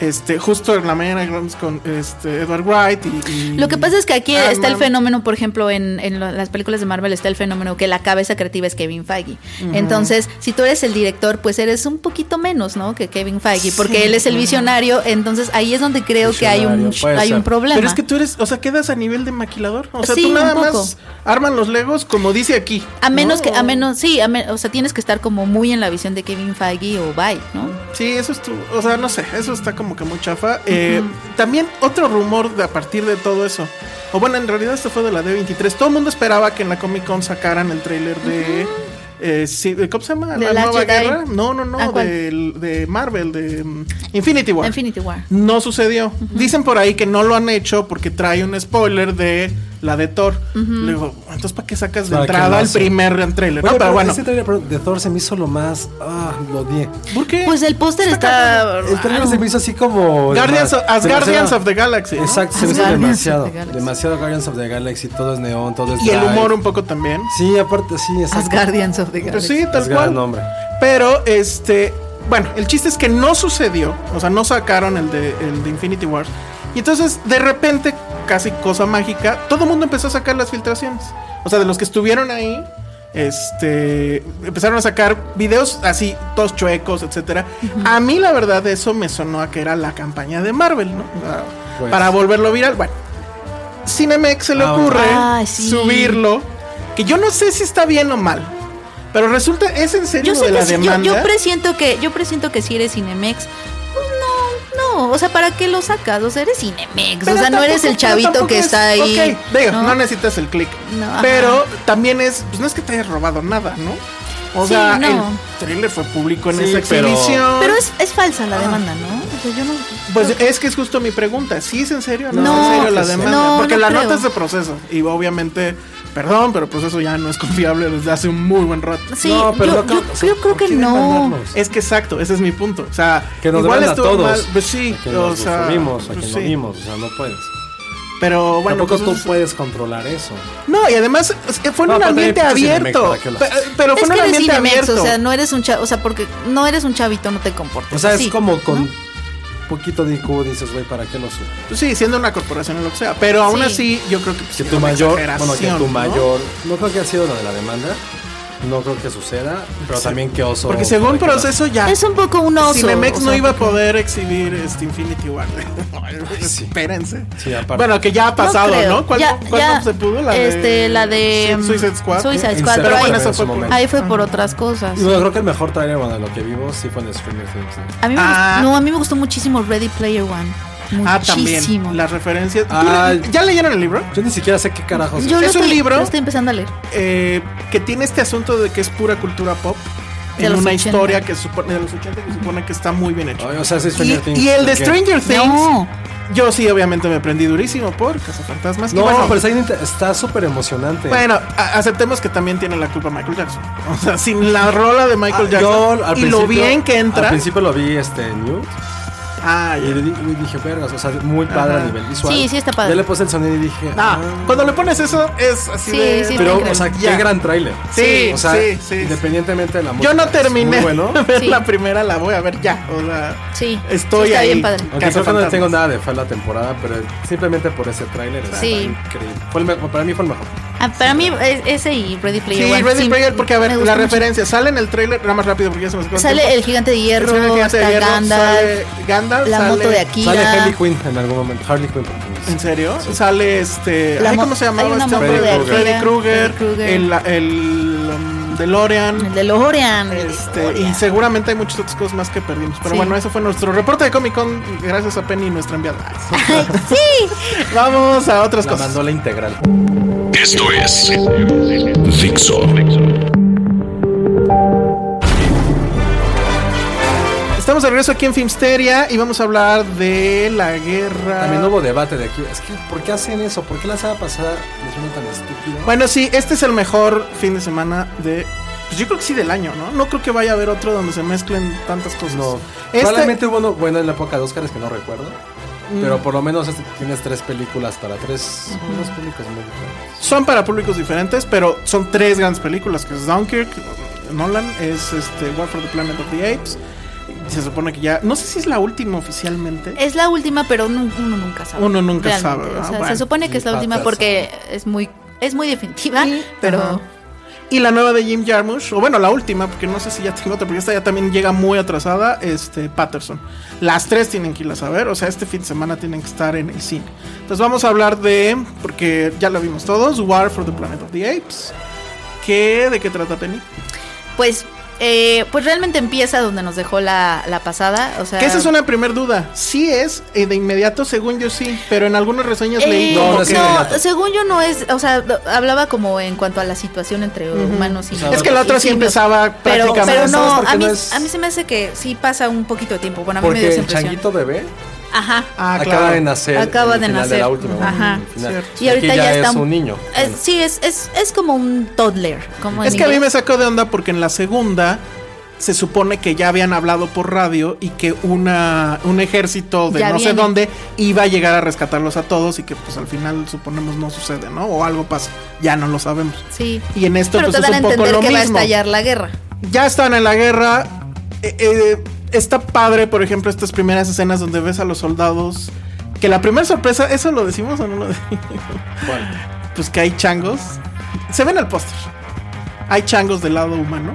[SPEAKER 2] este, justo en la mañana hablamos con este Edward Wright y, y-
[SPEAKER 4] Lo que pasa es que aquí
[SPEAKER 2] Ah,
[SPEAKER 4] está el
[SPEAKER 2] man.
[SPEAKER 4] fenómeno, por ejemplo, en, en lo- las películas de Marvel está el fenómeno que la cabeza creativa es Kevin Feige. Entonces, si tú eres el director, pues eres un poquito menos, ¿no? Que Kevin Feige, porque él es el visionario. Entonces, ahí es donde creo que hay un,
[SPEAKER 3] Visionario, puede
[SPEAKER 4] hay un
[SPEAKER 3] ser.
[SPEAKER 4] problema.
[SPEAKER 2] Pero es que tú eres, o sea, quedas a nivel de maquilador. O sea,
[SPEAKER 4] Sí,
[SPEAKER 2] tú nada
[SPEAKER 4] un poco.
[SPEAKER 2] más arman los legos como dice aquí.
[SPEAKER 4] a menos
[SPEAKER 2] ¿no?
[SPEAKER 4] que, a menos, sí, a men- o sea, tienes que estar como muy en la visión de Kevin Feige o bye, ¿no?
[SPEAKER 2] Sí, eso es tu. O sea, no sé, eso está como que muy chafa. Eh, También otro rumor de a partir de todo eso. O bueno, en realidad esto fue de la D23. Todo el mundo esperaba que en la Comic Con sacaran el tráiler de. eh, sí, ¿Cómo se llama?
[SPEAKER 4] ¿De
[SPEAKER 2] ¿La,
[SPEAKER 4] Last
[SPEAKER 2] nueva
[SPEAKER 4] Jedi?
[SPEAKER 2] guerra? No, no,
[SPEAKER 4] ¿Ah,
[SPEAKER 2] no,
[SPEAKER 4] cuál?
[SPEAKER 2] del- de, Marvel, de mm, Infinity War.
[SPEAKER 4] Infinity War.
[SPEAKER 2] No sucedió. Dicen por ahí que no lo han hecho porque trae un spoiler de la de Thor. Le digo, entonces, ¿para qué sacas de
[SPEAKER 3] ¿Para qué lo
[SPEAKER 2] entrada el
[SPEAKER 3] hacen?
[SPEAKER 2] primer tráiler? No,
[SPEAKER 3] Oye,
[SPEAKER 2] pero bueno.
[SPEAKER 3] Este trailer perdón, de Thor se me hizo lo más. Ah, lo odié.
[SPEAKER 2] ¿Por qué?
[SPEAKER 4] Pues el póster está.
[SPEAKER 3] El trailer se me hizo así como.
[SPEAKER 2] Guardians of,
[SPEAKER 3] demasiado-
[SPEAKER 2] as Guardians
[SPEAKER 3] demasiado-
[SPEAKER 2] of the Galaxy. ¿no?
[SPEAKER 3] Exacto, se me
[SPEAKER 4] As
[SPEAKER 3] hizo
[SPEAKER 4] Guardians of
[SPEAKER 3] demasiado.
[SPEAKER 4] the Galaxy.
[SPEAKER 3] Demasiado Guardians of the Galaxy. Todo es neón, todo es.
[SPEAKER 2] Y el
[SPEAKER 3] light.
[SPEAKER 2] humor un poco también.
[SPEAKER 3] Sí, aparte, sí,
[SPEAKER 4] As
[SPEAKER 3] exacto.
[SPEAKER 4] Guardians of the
[SPEAKER 2] Pues
[SPEAKER 4] Galaxy.
[SPEAKER 2] sí, tal
[SPEAKER 3] Es gran
[SPEAKER 2] cual.
[SPEAKER 3] nombre.
[SPEAKER 2] Pero este, bueno, el chiste es que no sucedió, o sea, no sacaron el de, el de Infinity War. Y entonces, de repente, casi cosa mágica, todo el mundo empezó a sacar las filtraciones. O sea, de los que estuvieron ahí, este, empezaron a sacar videos así, todos chuecos, etcétera. A mí la verdad eso me sonó a que era la campaña de Marvel, ¿no? Para-
[SPEAKER 3] Pues.
[SPEAKER 2] Para volverlo viral. Bueno, Cinemex se le
[SPEAKER 3] Ah,
[SPEAKER 2] ocurre
[SPEAKER 4] bueno. Ay, sí.
[SPEAKER 2] subirlo, que yo no sé si está bien o mal. Pero resulta, es en serio
[SPEAKER 4] yo
[SPEAKER 2] lo de
[SPEAKER 4] sé
[SPEAKER 2] la
[SPEAKER 4] que sí, yo,
[SPEAKER 2] demanda.
[SPEAKER 4] yo presiento que yo presiento que si eres Cinemex pues no no o sea para qué lo sacas o sea eres Cinemex
[SPEAKER 2] Pero
[SPEAKER 4] o sea no eres
[SPEAKER 2] tampoco-
[SPEAKER 4] el chavito
[SPEAKER 2] tampoco
[SPEAKER 4] que
[SPEAKER 2] es-
[SPEAKER 4] está ahí
[SPEAKER 2] ok, digo, no,
[SPEAKER 4] ¿no?
[SPEAKER 2] necesitas el click.
[SPEAKER 4] No, ajá.
[SPEAKER 2] pero también es, pues no es que te hayas robado nada, ¿no? O
[SPEAKER 4] Sí,
[SPEAKER 2] sea,
[SPEAKER 4] no.
[SPEAKER 2] el trailer fue público en
[SPEAKER 3] Sí,
[SPEAKER 2] esa
[SPEAKER 3] pero-
[SPEAKER 2] exhibición.
[SPEAKER 4] pero es, es falsa la demanda no o sea yo no
[SPEAKER 2] Pues es que es justo mi pregunta. ¿Sí es en serio o no,
[SPEAKER 4] No,
[SPEAKER 2] es en serio la
[SPEAKER 4] pues,
[SPEAKER 2] demanda?
[SPEAKER 4] no,
[SPEAKER 2] Porque
[SPEAKER 4] no
[SPEAKER 2] la
[SPEAKER 4] creo.
[SPEAKER 2] nota es de proceso. Y obviamente, perdón, pero proceso ya no es confiable desde hace un muy buen rato.
[SPEAKER 4] sí
[SPEAKER 3] No, pero
[SPEAKER 4] yo,
[SPEAKER 3] no acabo-
[SPEAKER 4] yo
[SPEAKER 3] o sea,
[SPEAKER 4] creo, creo
[SPEAKER 3] ¿por
[SPEAKER 4] que
[SPEAKER 3] qué
[SPEAKER 4] no
[SPEAKER 3] demandarnos?
[SPEAKER 2] Es que exacto, ese es mi punto. O sea,
[SPEAKER 3] Que nos
[SPEAKER 2] igual
[SPEAKER 3] demandan a
[SPEAKER 2] estuvo
[SPEAKER 3] todos.
[SPEAKER 2] mal. Pues sí,
[SPEAKER 3] A que
[SPEAKER 2] o
[SPEAKER 3] nos
[SPEAKER 2] sea.
[SPEAKER 3] referimos, a que
[SPEAKER 2] pues
[SPEAKER 3] no
[SPEAKER 2] sí.
[SPEAKER 3] vimos, o sea, no puedes.
[SPEAKER 2] Pero bueno,
[SPEAKER 3] Tampoco
[SPEAKER 2] pues,
[SPEAKER 3] tú puedes controlar eso.
[SPEAKER 2] No, y además es que fue en
[SPEAKER 3] No,
[SPEAKER 2] un
[SPEAKER 3] pero
[SPEAKER 2] ambiente
[SPEAKER 3] también pinche Cinemex,
[SPEAKER 2] abierto.
[SPEAKER 3] ¿para qué lo
[SPEAKER 2] Pe-
[SPEAKER 3] haces?
[SPEAKER 2] Pero fue
[SPEAKER 4] es
[SPEAKER 2] en
[SPEAKER 4] que
[SPEAKER 2] un
[SPEAKER 4] eres
[SPEAKER 2] ambiente
[SPEAKER 4] Cinemex
[SPEAKER 2] abierto.
[SPEAKER 4] o sea no eres un chavo o sea porque no eres un chavito no te comportes
[SPEAKER 3] O sea,
[SPEAKER 4] así,
[SPEAKER 3] es como
[SPEAKER 4] ¿no?
[SPEAKER 3] con poquito de IQ dices, güey, ¿para qué lo subes?
[SPEAKER 2] Pues sí, siendo una corporación o lo que sea. Pero aún
[SPEAKER 4] Sí.
[SPEAKER 2] así, yo creo que, pues, sí
[SPEAKER 3] Que
[SPEAKER 2] era
[SPEAKER 3] tu
[SPEAKER 2] una
[SPEAKER 3] mayor, bueno, que
[SPEAKER 2] exageración,
[SPEAKER 3] tu
[SPEAKER 2] ¿no?
[SPEAKER 3] mayor, no creo que ha sido la de la demanda, No creo que suceda, pero también que oso.
[SPEAKER 2] Porque según
[SPEAKER 3] puede que no.
[SPEAKER 2] proceso ya.
[SPEAKER 4] Es un poco un oso.
[SPEAKER 2] Ah, Cinemex
[SPEAKER 4] o sea,
[SPEAKER 2] no iba a poder exhibir este Infinity War. Espérense.
[SPEAKER 3] Sí, aparte.
[SPEAKER 2] Bueno, que ya ha pasado,
[SPEAKER 4] creo.
[SPEAKER 2] ¿no? ¿Cuándo,
[SPEAKER 4] Ya-
[SPEAKER 2] cuándo
[SPEAKER 4] ya,
[SPEAKER 2] se pudo? La
[SPEAKER 4] este,
[SPEAKER 2] de,
[SPEAKER 4] la de, mm,
[SPEAKER 2] Su- Suicide Squad.
[SPEAKER 4] Suicide
[SPEAKER 3] Inception
[SPEAKER 4] Squad, pero
[SPEAKER 3] en su
[SPEAKER 4] ahí,
[SPEAKER 2] fue por-
[SPEAKER 3] momento.
[SPEAKER 4] ahí fue por otras cosas.
[SPEAKER 3] No, creo que el mejor trailer, bueno, de lo que vimos sí fue en Stranger Things. ¿no?
[SPEAKER 4] A mí me
[SPEAKER 2] Ah.
[SPEAKER 4] gustó, no, a mí me gustó muchísimo Ready Player One. Muchísimo.
[SPEAKER 2] Ah, también. Las referencias. ¿Tú
[SPEAKER 3] Ah,
[SPEAKER 2] le- ¿Ya leyeron el libro?
[SPEAKER 3] Yo ni siquiera sé qué carajos.
[SPEAKER 4] Yo
[SPEAKER 3] es.
[SPEAKER 4] lo
[SPEAKER 2] Es un
[SPEAKER 4] estoy,
[SPEAKER 2] libro.
[SPEAKER 4] lo estoy empezando a leer.
[SPEAKER 2] eh, que tiene este asunto de que es pura cultura pop
[SPEAKER 4] De
[SPEAKER 2] en
[SPEAKER 4] los
[SPEAKER 2] una
[SPEAKER 4] 80.
[SPEAKER 2] historia que supone de los 80 que supone que está muy bien hecho.
[SPEAKER 3] Ay, o sea, sí, Stranger
[SPEAKER 2] Y,
[SPEAKER 3] Things.
[SPEAKER 2] y el de
[SPEAKER 3] Ok.
[SPEAKER 2] Stranger Things,
[SPEAKER 4] No.
[SPEAKER 2] yo sí obviamente me prendí durísimo por Cazafantasmas. Y
[SPEAKER 3] No,
[SPEAKER 2] bueno, pues,
[SPEAKER 4] pues,
[SPEAKER 3] pero está bien inter- está súper emocionante.
[SPEAKER 2] bueno, a- aceptemos que también tiene la culpa Michael Jackson. O sea, sin la rola de Michael
[SPEAKER 3] Ah,
[SPEAKER 2] Jackson
[SPEAKER 3] yo al
[SPEAKER 2] y lo
[SPEAKER 3] principio-
[SPEAKER 2] bien que
[SPEAKER 3] Al
[SPEAKER 2] entra.
[SPEAKER 3] principio lo vi este Newt
[SPEAKER 2] Ah,
[SPEAKER 3] y
[SPEAKER 2] ya.
[SPEAKER 3] le di- y dije, vergas, o sea, muy padre a nivel visual.
[SPEAKER 4] Sí, sí está padre.
[SPEAKER 3] Yo le puse el sonido y dije,
[SPEAKER 2] Ah, cuando le pones eso es así
[SPEAKER 4] Sí,
[SPEAKER 2] de-
[SPEAKER 4] sí,
[SPEAKER 3] pero,
[SPEAKER 4] increíble.
[SPEAKER 3] o sea,
[SPEAKER 2] Ya.
[SPEAKER 3] qué gran trailer.
[SPEAKER 2] Sí,
[SPEAKER 3] o sea,
[SPEAKER 2] sí, sí.
[SPEAKER 3] independientemente de la música.
[SPEAKER 2] Yo no
[SPEAKER 3] es muy
[SPEAKER 2] terminé
[SPEAKER 3] bueno.
[SPEAKER 2] de ver
[SPEAKER 4] Sí.
[SPEAKER 2] la primera, la voy a ver ya. O sea,
[SPEAKER 4] Sí.
[SPEAKER 2] estoy
[SPEAKER 4] sí, está
[SPEAKER 2] ahí.
[SPEAKER 4] bien padre.
[SPEAKER 3] Aunque creo que no le
[SPEAKER 2] Cazafantasmas.
[SPEAKER 3] tengo nada de fe a la temporada, pero simplemente por ese tráiler está
[SPEAKER 4] Sí.
[SPEAKER 3] increíble. Fue el mejor- para mí fue el mejor.
[SPEAKER 4] Ah, para mí es- ese y Ready Player One.
[SPEAKER 2] Sí, Ready Player, porque a ver,
[SPEAKER 4] me
[SPEAKER 2] la
[SPEAKER 4] gustó mucho.
[SPEAKER 2] referencia sale en el trailer, nada más rápido porque ya se nos acabó el
[SPEAKER 4] Sale
[SPEAKER 2] tiempo.
[SPEAKER 4] el gigante de hierro,
[SPEAKER 2] Sale el gigante de
[SPEAKER 4] está
[SPEAKER 2] hierro,
[SPEAKER 4] Gandalf,
[SPEAKER 2] sale Gandalf,
[SPEAKER 4] la
[SPEAKER 2] sale-
[SPEAKER 4] moto de Akira.
[SPEAKER 3] Sale Harley Quinn en algún momento. Harley Quinn. porque-
[SPEAKER 2] ¿En serio? Sale este.
[SPEAKER 4] La
[SPEAKER 2] ay,
[SPEAKER 4] mo-
[SPEAKER 2] ¿Cómo se
[SPEAKER 4] hay
[SPEAKER 2] llamaba
[SPEAKER 4] una
[SPEAKER 2] este
[SPEAKER 4] moto
[SPEAKER 2] hombre?
[SPEAKER 3] de
[SPEAKER 2] Freddy,
[SPEAKER 3] Akira,
[SPEAKER 2] Krueger.
[SPEAKER 4] Freddy Krueger.
[SPEAKER 2] El, el um,
[SPEAKER 4] El
[SPEAKER 2] DeLorean.
[SPEAKER 4] de Lorian.
[SPEAKER 2] Este, y seguramente hay muchas otras cosas más que perdimos. Pero
[SPEAKER 4] Sí.
[SPEAKER 2] bueno, eso fue nuestro reporte de Comic Con. Gracias a Penny, nuestra enviada.
[SPEAKER 4] sí.
[SPEAKER 2] Vamos a otras
[SPEAKER 3] Ah, La
[SPEAKER 2] cosas.
[SPEAKER 3] mandó la integral.
[SPEAKER 7] Esto es Dixo.
[SPEAKER 2] Estamos de regreso aquí en Filmsteria y vamos a hablar de la guerra.
[SPEAKER 3] También hubo debate de aquí. Es que, ¿por qué hacen eso? ¿Por qué la saga pasada les suena tan estúpido?
[SPEAKER 2] Bueno, sí, este es el mejor fin de semana de. Pues yo creo que sí del año, ¿no? No creo que vaya a haber otro donde se mezclen tantas cosas.
[SPEAKER 3] no.
[SPEAKER 2] Este- Mm.
[SPEAKER 3] Probablemente hubo uno bueno en la época de Oscars que no recuerdo. Pero por lo menos este tienes tres películas para tres unos públicos muy diferentes.
[SPEAKER 2] Son para públicos diferentes, pero son tres grandes películas, que es Dunkirk, Nolan, es este War for the Planet of the Apes. Se supone que ya, no sé si es la última oficialmente.
[SPEAKER 4] Es la última, pero nu- uno nunca sabe.
[SPEAKER 2] Uno nunca sabe,
[SPEAKER 4] O
[SPEAKER 2] ¿verdad?
[SPEAKER 4] sea,
[SPEAKER 2] Bueno.
[SPEAKER 4] se supone que es la
[SPEAKER 3] Ni
[SPEAKER 4] última
[SPEAKER 3] patas.
[SPEAKER 4] porque es muy es muy definitiva, pero
[SPEAKER 2] Ajá. Y la nueva de Jim Jarmusch, o bueno, la última, porque no sé si ya tengo otra, porque esta ya también llega muy atrasada, este Patterson. Las tres tienen que irlas a ver, o sea, este fin de semana tienen que estar en el cine. Entonces Pues vamos a hablar de, porque ya la vimos todos, War for the Planet of the Apes. ¿Qué? ¿De qué trata Penny?
[SPEAKER 4] pues eh, pues realmente empieza donde nos dejó la, la pasada, o sea,
[SPEAKER 2] Que esa es una primer duda. Sí es, eh, de inmediato, según yo sí, pero en algunas reseñas
[SPEAKER 4] Eh,
[SPEAKER 2] leí.
[SPEAKER 4] no,
[SPEAKER 2] como
[SPEAKER 3] no
[SPEAKER 2] que-
[SPEAKER 3] es inmediato.
[SPEAKER 4] según yo no es, o sea, do- hablaba como en cuanto a la situación entre humanos y
[SPEAKER 3] sea,
[SPEAKER 2] Es que la
[SPEAKER 4] y
[SPEAKER 2] otra sí
[SPEAKER 4] simios.
[SPEAKER 2] empezaba
[SPEAKER 4] pero,
[SPEAKER 2] prácticamente.
[SPEAKER 4] pero
[SPEAKER 3] ¿Sabes
[SPEAKER 4] no,
[SPEAKER 3] por qué
[SPEAKER 4] a mí,
[SPEAKER 3] no es?
[SPEAKER 4] a mí se me hace que sí pasa un poquito de tiempo. Bueno, a mí me dio
[SPEAKER 3] Porque
[SPEAKER 4] esa
[SPEAKER 3] el
[SPEAKER 4] impresión.
[SPEAKER 3] changuito bebé
[SPEAKER 4] Ajá.
[SPEAKER 2] Ah,
[SPEAKER 3] acaba
[SPEAKER 2] claro.
[SPEAKER 3] de nacer.
[SPEAKER 4] Acaba
[SPEAKER 3] en
[SPEAKER 4] de
[SPEAKER 3] el final
[SPEAKER 4] nacer.
[SPEAKER 3] De la última, bueno,
[SPEAKER 4] Ajá.
[SPEAKER 3] en el final.
[SPEAKER 2] Cierto.
[SPEAKER 4] Y ahorita
[SPEAKER 3] Aquí
[SPEAKER 4] ya, está
[SPEAKER 3] es un niño.
[SPEAKER 4] Eh, sí, es, es, es como un toddler. Como en
[SPEAKER 2] Es que a mí me
[SPEAKER 4] inglés.
[SPEAKER 2] sacó de onda porque en la segunda se supone que ya habían hablado por radio y que una un ejército de
[SPEAKER 4] Ya
[SPEAKER 2] no sé
[SPEAKER 4] viene.
[SPEAKER 2] dónde iba a llegar a rescatarlos a todos y que pues al final suponemos no sucede, ¿no? O algo pasa. Ya no lo sabemos.
[SPEAKER 4] Sí.
[SPEAKER 2] Y en esto
[SPEAKER 4] Pero
[SPEAKER 2] pues
[SPEAKER 4] te
[SPEAKER 2] es
[SPEAKER 4] dan a
[SPEAKER 2] un poco
[SPEAKER 4] entender
[SPEAKER 2] lo
[SPEAKER 4] que va a
[SPEAKER 2] mismo.
[SPEAKER 4] estallar la guerra.
[SPEAKER 2] ya están en la guerra. eh, eh, está padre, por ejemplo, estas primeras escenas donde ves a los soldados. Que la primera sorpresa, ¿eso lo decimos o no lo decimos?
[SPEAKER 3] ¿Cuál?
[SPEAKER 2] Pues que hay changos. Se ven el póster. Hay changos del lado humano.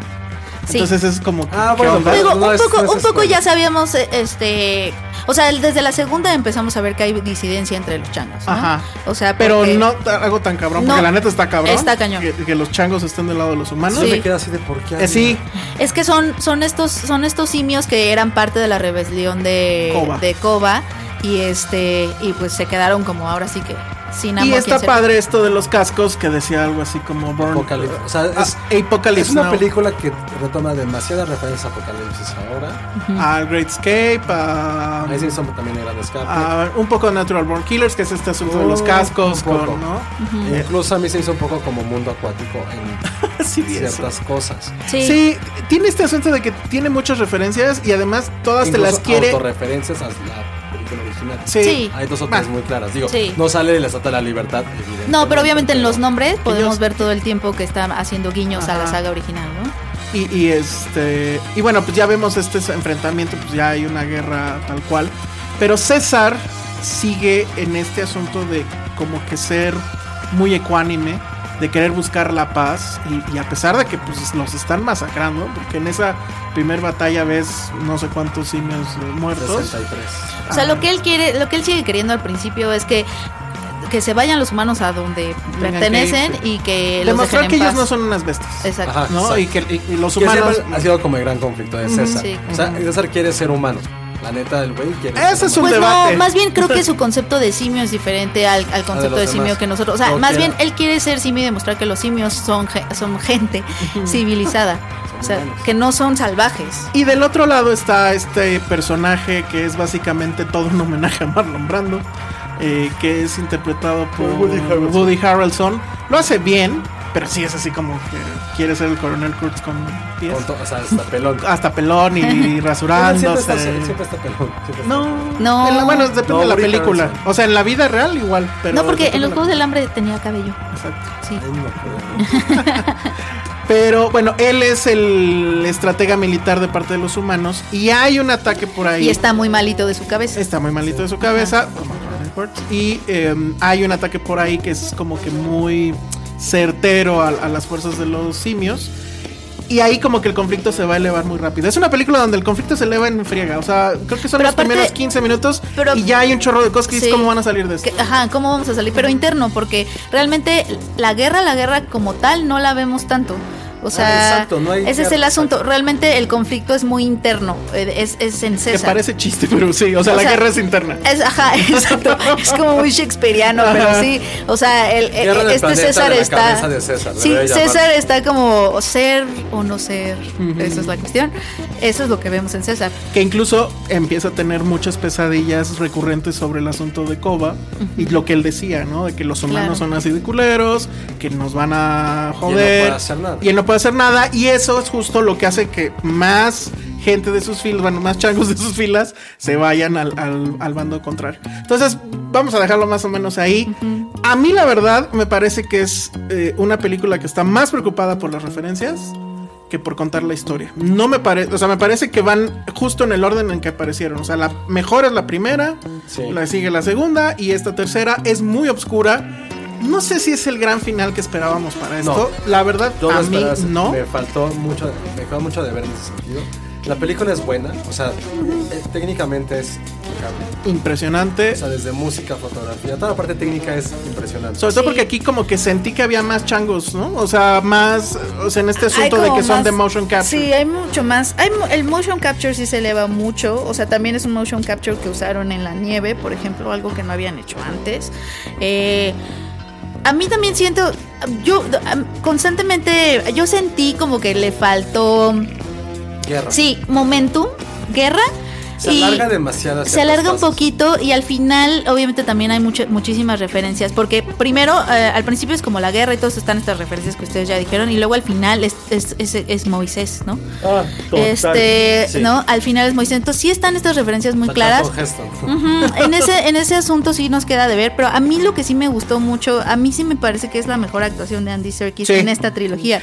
[SPEAKER 4] Sí.
[SPEAKER 2] Entonces es como. que-
[SPEAKER 3] Ah,
[SPEAKER 2] ¿qué
[SPEAKER 3] bueno,
[SPEAKER 2] onda?
[SPEAKER 3] pero-
[SPEAKER 4] Digo,
[SPEAKER 3] no
[SPEAKER 4] un
[SPEAKER 3] es-
[SPEAKER 4] poco,
[SPEAKER 3] no es
[SPEAKER 4] un poco
[SPEAKER 3] spoiler.
[SPEAKER 4] ya sabíamos, eh, este. O sea, el- desde la segunda empezamos a ver que hay disidencia entre los changos. ¿no?
[SPEAKER 2] Ajá.
[SPEAKER 4] O sea,
[SPEAKER 2] Pero
[SPEAKER 4] porque-
[SPEAKER 2] no ta- algo tan cabrón, porque
[SPEAKER 4] No.
[SPEAKER 2] la neta está cabrón.
[SPEAKER 4] Está cañón.
[SPEAKER 2] Que, que los changos estén del lado de los humanos.
[SPEAKER 3] No
[SPEAKER 4] Sí.
[SPEAKER 3] me queda así de por qué.
[SPEAKER 2] Eh, sí,
[SPEAKER 4] Es que son, son estos, son estos simios que eran parte de la rebelión de
[SPEAKER 2] Koba.
[SPEAKER 4] de Koba, y este, y pues se quedaron como ahora sí que sin amor.
[SPEAKER 2] y
[SPEAKER 4] quien
[SPEAKER 2] está
[SPEAKER 4] se-
[SPEAKER 2] padre esto de los cascos que decía algo así como Burn.
[SPEAKER 3] Apocalipsis. O sea, es,
[SPEAKER 2] Ah, Apocalypse
[SPEAKER 3] es una
[SPEAKER 2] Now.
[SPEAKER 3] película que retoma demasiadas referencias a Apocalipsis ahora.
[SPEAKER 2] A Great Escape, a.
[SPEAKER 3] Ahí sí son también el gran escape.
[SPEAKER 2] Ah, un poco de Natural Born Killers, que es este asunto de los
[SPEAKER 3] Oh,
[SPEAKER 2] cascos,
[SPEAKER 3] un poco. Eh,
[SPEAKER 2] con, ¿no?
[SPEAKER 3] Incluso a mí se hizo un poco como mundo acuático en
[SPEAKER 2] Sí, vi eso.
[SPEAKER 3] ciertas cosas.
[SPEAKER 4] Sí.
[SPEAKER 2] Sí, tiene este asunto de que tiene muchas referencias y además todas
[SPEAKER 3] Incluso
[SPEAKER 2] te las quiere.
[SPEAKER 3] autorreferencias a la película original.
[SPEAKER 2] Sí.
[SPEAKER 4] Sí.
[SPEAKER 3] Hay dos o tres
[SPEAKER 2] Ah.
[SPEAKER 3] muy claras. Digo,
[SPEAKER 4] Sí.
[SPEAKER 3] no sale el Estatuto de la Libertad, evidentemente.
[SPEAKER 4] No, pero obviamente en los nombres podemos
[SPEAKER 2] yo-
[SPEAKER 4] ver todo el tiempo que está haciendo guiños a la
[SPEAKER 2] Ajá.
[SPEAKER 4] saga original, ¿no?
[SPEAKER 2] Y, y este. Y bueno, pues ya vemos este enfrentamiento, pues ya hay una guerra tal cual. Pero César sigue en este asunto de como que ser muy ecuánime de querer buscar la paz y, y a pesar de que pues los están masacrando, porque en esa primer batalla ves no sé cuántos simios eh, muertos.
[SPEAKER 6] 63.
[SPEAKER 4] O sea, lo que él quiere, lo que él sigue queriendo al principio es que, que se vayan los humanos a donde
[SPEAKER 2] que
[SPEAKER 4] pertenecen
[SPEAKER 2] irse.
[SPEAKER 4] y que los
[SPEAKER 2] Demostrar
[SPEAKER 4] dejen
[SPEAKER 2] que
[SPEAKER 4] en
[SPEAKER 2] ellos
[SPEAKER 4] paz.
[SPEAKER 2] no son unas bestias.
[SPEAKER 4] Exacto.
[SPEAKER 6] Ajá.
[SPEAKER 2] ¿no?
[SPEAKER 6] Exacto.
[SPEAKER 2] Y que y- y los
[SPEAKER 6] Que siempre
[SPEAKER 2] humanos.
[SPEAKER 6] ha sido como el gran conflicto de César.
[SPEAKER 4] sí.
[SPEAKER 6] O sea, César quiere ser humano. La neta, el güey quiere.
[SPEAKER 2] Ese
[SPEAKER 6] ser
[SPEAKER 2] es
[SPEAKER 6] humano.
[SPEAKER 4] Pues
[SPEAKER 2] debate.
[SPEAKER 4] no, más bien creo que su concepto de simio es diferente al, al concepto
[SPEAKER 6] los
[SPEAKER 4] de simio
[SPEAKER 6] demás.
[SPEAKER 4] que nosotros. O sea,
[SPEAKER 6] Ok.
[SPEAKER 4] más bien él quiere ser simio y demostrar que los simios son, ge- son gente civilizada. O sea, que no son salvajes.
[SPEAKER 2] Y del otro lado está este personaje que es básicamente todo un homenaje a Marlon Brando, eh, que es interpretado por Woody Harrelson. Lo hace bien, pero sí es así como que quiere ser el coronel Kurtz con pies.
[SPEAKER 6] Con to- O sea, hasta pelón.
[SPEAKER 2] Hasta pelón y
[SPEAKER 6] siempre, está,
[SPEAKER 2] rasurándose.
[SPEAKER 6] siempre está pelón. siempre está
[SPEAKER 2] No,
[SPEAKER 4] No.
[SPEAKER 2] En la- bueno, depende
[SPEAKER 6] No,
[SPEAKER 2] de la
[SPEAKER 6] Woody
[SPEAKER 2] película.
[SPEAKER 6] Harrelson.
[SPEAKER 2] O sea, en la vida real igual, pero.
[SPEAKER 4] no, porque
[SPEAKER 2] depende
[SPEAKER 4] en los
[SPEAKER 2] de
[SPEAKER 4] Juegos del Hambre tenía cabello.
[SPEAKER 2] la- Exacto.
[SPEAKER 4] Sí.
[SPEAKER 6] pelón. Ay, no, pero-
[SPEAKER 2] Pero bueno, él es el estratega militar de parte de los humanos y hay un ataque por ahí.
[SPEAKER 4] Y está muy malito de su cabeza.
[SPEAKER 2] Está muy malito de su cabeza. como Robin Hurts, Y eh, hay un ataque por ahí que es como que muy certero a, a las fuerzas de los simios. Y ahí como que el conflicto se va a elevar muy rápido. Es una película donde el conflicto se eleva en friega. O sea, creo que son
[SPEAKER 4] Pero
[SPEAKER 2] los
[SPEAKER 4] aparte-
[SPEAKER 2] primeros 15 minutos
[SPEAKER 4] pero-
[SPEAKER 2] y ya hay un chorro de cosas que dices,
[SPEAKER 4] Sí.
[SPEAKER 2] ¿cómo van a salir de esto?
[SPEAKER 4] Que- ajá, ¿cómo vamos a salir? Pero interno, porque realmente la guerra, la guerra como tal, no la vemos tanto. O sea,
[SPEAKER 6] Ah, exacto, no hay
[SPEAKER 4] ese es
[SPEAKER 6] guerra,
[SPEAKER 4] el asunto. Realmente el conflicto es muy interno, eh, es, es en
[SPEAKER 2] Que
[SPEAKER 4] César.
[SPEAKER 2] parece chiste, pero sí. O sea,
[SPEAKER 4] O
[SPEAKER 2] la
[SPEAKER 4] sea,
[SPEAKER 2] guerra es interna.
[SPEAKER 4] Es, ajá, exacto. Es como muy shakespeariano, pero sí. O sea, el, el-
[SPEAKER 6] Guerra del
[SPEAKER 4] este
[SPEAKER 6] planeta
[SPEAKER 4] César
[SPEAKER 6] de la
[SPEAKER 4] está.
[SPEAKER 6] cabeza de César, le
[SPEAKER 4] sí,
[SPEAKER 6] voy a llamar.
[SPEAKER 4] César está como ser o no ser. Esa es la cuestión. Eso es lo que vemos en César.
[SPEAKER 2] que incluso empieza a tener muchas pesadillas recurrentes sobre el asunto de Koba y lo que él decía, ¿no? De que los humanos
[SPEAKER 4] Claro.
[SPEAKER 2] son así de culeros, que nos van a
[SPEAKER 6] no
[SPEAKER 2] joder.
[SPEAKER 6] puede hacer nada.
[SPEAKER 2] Y él no puede hacer nada. Y eso es justo lo que hace que más gente de sus filas, bueno, más changos de sus filas se vayan al, al- al bando contrario. Entonces, vamos a dejarlo más o menos ahí. A mí, la verdad, me parece que es eh, una película que está más preocupada por las referencias que por contar la historia. No me parece, o sea, me parece que van justo en el orden en que aparecieron. O sea, la mejor es la primera,
[SPEAKER 6] Sí.
[SPEAKER 2] la sigue la segunda y esta tercera es muy obscura. No sé si es el gran final que esperábamos para esto. La verdad,
[SPEAKER 6] Yo lo
[SPEAKER 2] a mí
[SPEAKER 6] esperaba, se-
[SPEAKER 2] no.
[SPEAKER 6] Me faltó mucho, me quedó mucho de ver en ese sentido. La película es buena, o sea, eh, técnicamente es impecable.
[SPEAKER 2] Impresionante.
[SPEAKER 6] O sea, desde música, fotografía, toda la parte técnica es impresionante.
[SPEAKER 2] Sobre todo porque aquí como que sentí que había más changos, ¿no? O sea, más, o sea, en este
[SPEAKER 4] Hay
[SPEAKER 2] asunto de
[SPEAKER 4] como
[SPEAKER 2] que son
[SPEAKER 4] más-
[SPEAKER 2] de motion capture.
[SPEAKER 4] Sí, hay mucho más. Hay, mu- el motion capture sí se eleva mucho. O sea, también es un motion capture que usaron en la nieve, por ejemplo, algo que no habían hecho antes. Eh, a mí también siento, yo am- constantemente, yo sentí como que le faltó,
[SPEAKER 6] Guerra.
[SPEAKER 4] sí, momentum, guerra.
[SPEAKER 6] Se
[SPEAKER 4] y-
[SPEAKER 6] alarga demasiado.
[SPEAKER 4] se
[SPEAKER 6] ciertas
[SPEAKER 4] alarga un
[SPEAKER 6] cosas.
[SPEAKER 4] poquito y al final obviamente también hay mucha- muchísimas referencias porque primero eh, al principio es como la guerra y todos están estas referencias que ustedes ya dijeron y luego al final es, es, es- es Moisés, ¿no? este,
[SPEAKER 6] Ah, Sí.
[SPEAKER 4] ¿no? Al final es Moisés. Entonces sí están estas referencias muy
[SPEAKER 6] O sea,
[SPEAKER 4] claras.
[SPEAKER 6] tanto gesto.
[SPEAKER 4] Ujú, En ese, en ese asunto sí nos queda de ver, pero a mí lo que sí me gustó mucho, a mí sí me parece que es la mejor actuación de Andy Serkis
[SPEAKER 2] Sí.
[SPEAKER 4] en esta trilogía.